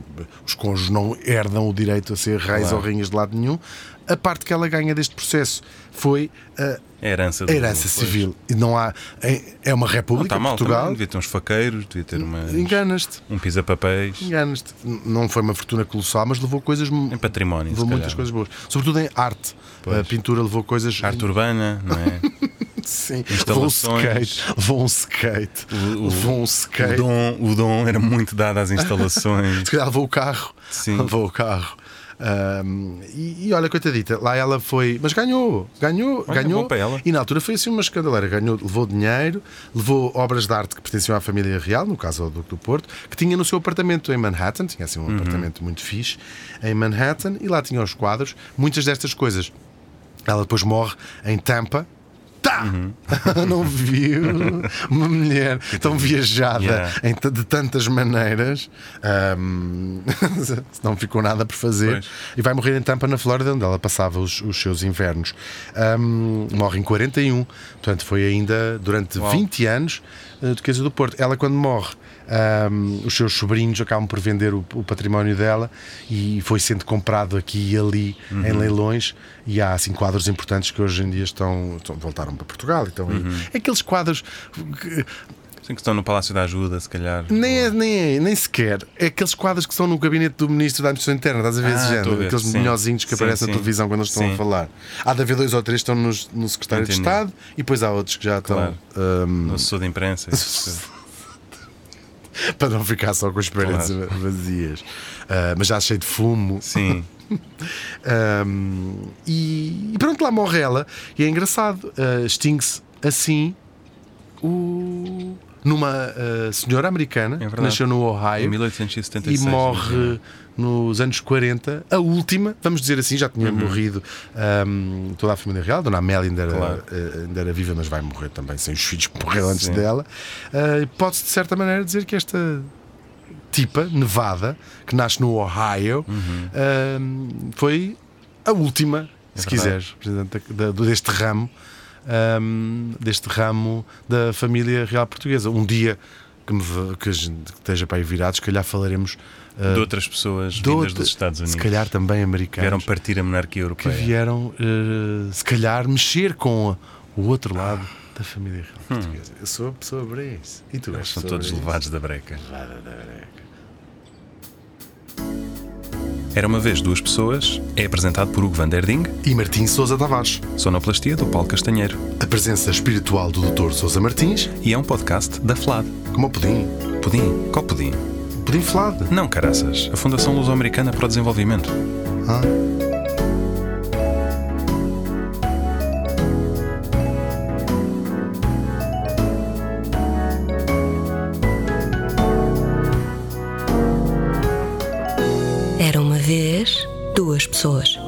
Speaker 2: os cônjuges não herdam o direito a ser reis ou rainhas de lado nenhum. A parte que ela ganha deste processo foi eh,
Speaker 1: É a herança
Speaker 2: a
Speaker 1: do
Speaker 2: herança
Speaker 1: pois.
Speaker 2: civil. E não há. É, é uma
Speaker 1: Não
Speaker 2: república,
Speaker 1: está mal,
Speaker 2: Portugal.
Speaker 1: também. devia ter uns faqueiros, devia ter uma,
Speaker 2: Enganas-te.
Speaker 1: um pisa-papéis,
Speaker 2: Enganas-te. N- Não foi uma fortuna colossal, mas levou coisas.
Speaker 1: em património.
Speaker 2: Levou
Speaker 1: se
Speaker 2: muitas
Speaker 1: calhar.
Speaker 2: coisas boas. Sobretudo em arte. A pintura levou coisas.
Speaker 1: Arte urbana, não é?
Speaker 2: Sim. Levou um
Speaker 1: instalações.
Speaker 2: skate. Levou um skate.
Speaker 1: O- o-
Speaker 2: Levou um
Speaker 1: O
Speaker 2: skate.
Speaker 1: dom, o dom era muito dado às instalações.
Speaker 2: Se calhar levou o carro.
Speaker 1: Sim.
Speaker 2: Levou o carro. Ahm, e, e olha, coitadita, lá ela foi. Mas ganhou, ganhou,
Speaker 1: Olha,
Speaker 2: ganhou.
Speaker 1: bom para ela.
Speaker 2: E na altura foi assim uma escandaleira. Ganhou, levou dinheiro, levou obras de arte que pertenciam à família real, no caso ao Duque do Porto, que tinha no seu apartamento em Manhattan. Tinha assim um
Speaker 1: Uhum.
Speaker 2: apartamento muito fixe em Manhattan e lá tinha os quadros. Muitas destas coisas. Ela depois morre em Tampa. Tá!
Speaker 1: Uhum.
Speaker 2: não viu uma mulher tão viajada
Speaker 1: Yeah.
Speaker 2: em t- de tantas maneiras, ahm, não ficou nada por fazer.
Speaker 1: Pois.
Speaker 2: E vai morrer em Tampa, na Flórida, onde ela passava os, os seus invernos. Ahm, morre em 41, portanto, foi ainda durante 20 anos eh, Duquesa do Porto. Ela, quando morre, ahm, os seus sobrinhos acabam por vender o, o património dela e foi sendo comprado aqui e ali em leilões. E há assim quadros importantes que hoje em dia estão, estão- voltaram para Portugal. Então, Aqueles quadros que-
Speaker 1: Sim, que estão no Palácio da Ajuda, se calhar.
Speaker 2: nem, é- nem, é- nem sequer. É aqueles quadros que estão no gabinete do Ministro da Administração Interna, estás a ver
Speaker 1: Ah,
Speaker 2: esse
Speaker 1: estou a
Speaker 2: género?
Speaker 1: ver,
Speaker 2: Aqueles
Speaker 1: sim.
Speaker 2: melhorzinhos que
Speaker 1: Sim, sim.
Speaker 2: aparecem na televisão quando eles estão
Speaker 1: Sim.
Speaker 2: a falar. Há de haver dois ou três que estão nos- no, Secretário
Speaker 1: Entendi.
Speaker 2: de Estado e depois há outros que já estão.
Speaker 1: Claro.
Speaker 2: hum,
Speaker 1: No assessor de imprensa. essas coisas.
Speaker 2: para não ficar só com as paredes vazias. Ah, mas já cheio de fumo.
Speaker 1: Sim.
Speaker 2: Hum, e, e pronto, lá morre ela. E é engraçado, ah, extingue-se assim o- numa ah, senhora americana que
Speaker 1: É verdade.
Speaker 2: nasceu no
Speaker 1: Em
Speaker 2: Ohio.
Speaker 1: 1876.
Speaker 2: e morre
Speaker 1: imagina.
Speaker 2: nos anos 40, a última, vamos dizer assim, já tinha
Speaker 1: Uhum.
Speaker 2: morrido hum, toda a família real, Dona Amélia ainda era,
Speaker 1: Claro.
Speaker 2: eh, ainda era viva, mas vai morrer também sem os filhos que morreram antes
Speaker 1: Sim.
Speaker 2: dela. Ah, e Pode-se, de certa maneira, dizer que esta tipa, Nevada, que nasce no Ohio, hum, foi a última, se
Speaker 1: Uhum. verdade.
Speaker 2: quiseres, presidente da- da- deste ramo. hum, deste ramo da família real portuguesa. Um dia que, me, ve- que a gente esteja para aí virado, se calhar falaremos ah,
Speaker 1: De outras pessoas
Speaker 2: de
Speaker 1: vindas
Speaker 2: outra-
Speaker 1: dos Estados Unidos.
Speaker 2: Se calhar também americanos.
Speaker 1: Vieram partir a monarquia
Speaker 2: que
Speaker 1: europeia.
Speaker 2: vieram, eh, se calhar, mexer com o outro lado da família real portuguesa. Eu sou a pessoa Brez. E tu
Speaker 1: Hum.
Speaker 2: és
Speaker 1: Eles são
Speaker 2: pessoa
Speaker 1: todos
Speaker 2: Brez.
Speaker 1: levados da breca. Era uma vez duas pessoas é apresentado por Hugo van der Ding,
Speaker 2: E Martim Sousa Tavares,
Speaker 1: sonoplastia do Paulo Castanheiro.
Speaker 2: a presença espiritual do Dr. Sousa Martins,
Speaker 1: E é um podcast da FLAD.
Speaker 2: como o pudim.
Speaker 1: Pudim? Qual pudim?
Speaker 2: Pudim flado.
Speaker 1: Não, caraças. A Fundação Luso-Americana para o Desenvolvimento.
Speaker 2: Ah.
Speaker 3: Era uma vez duas pessoas,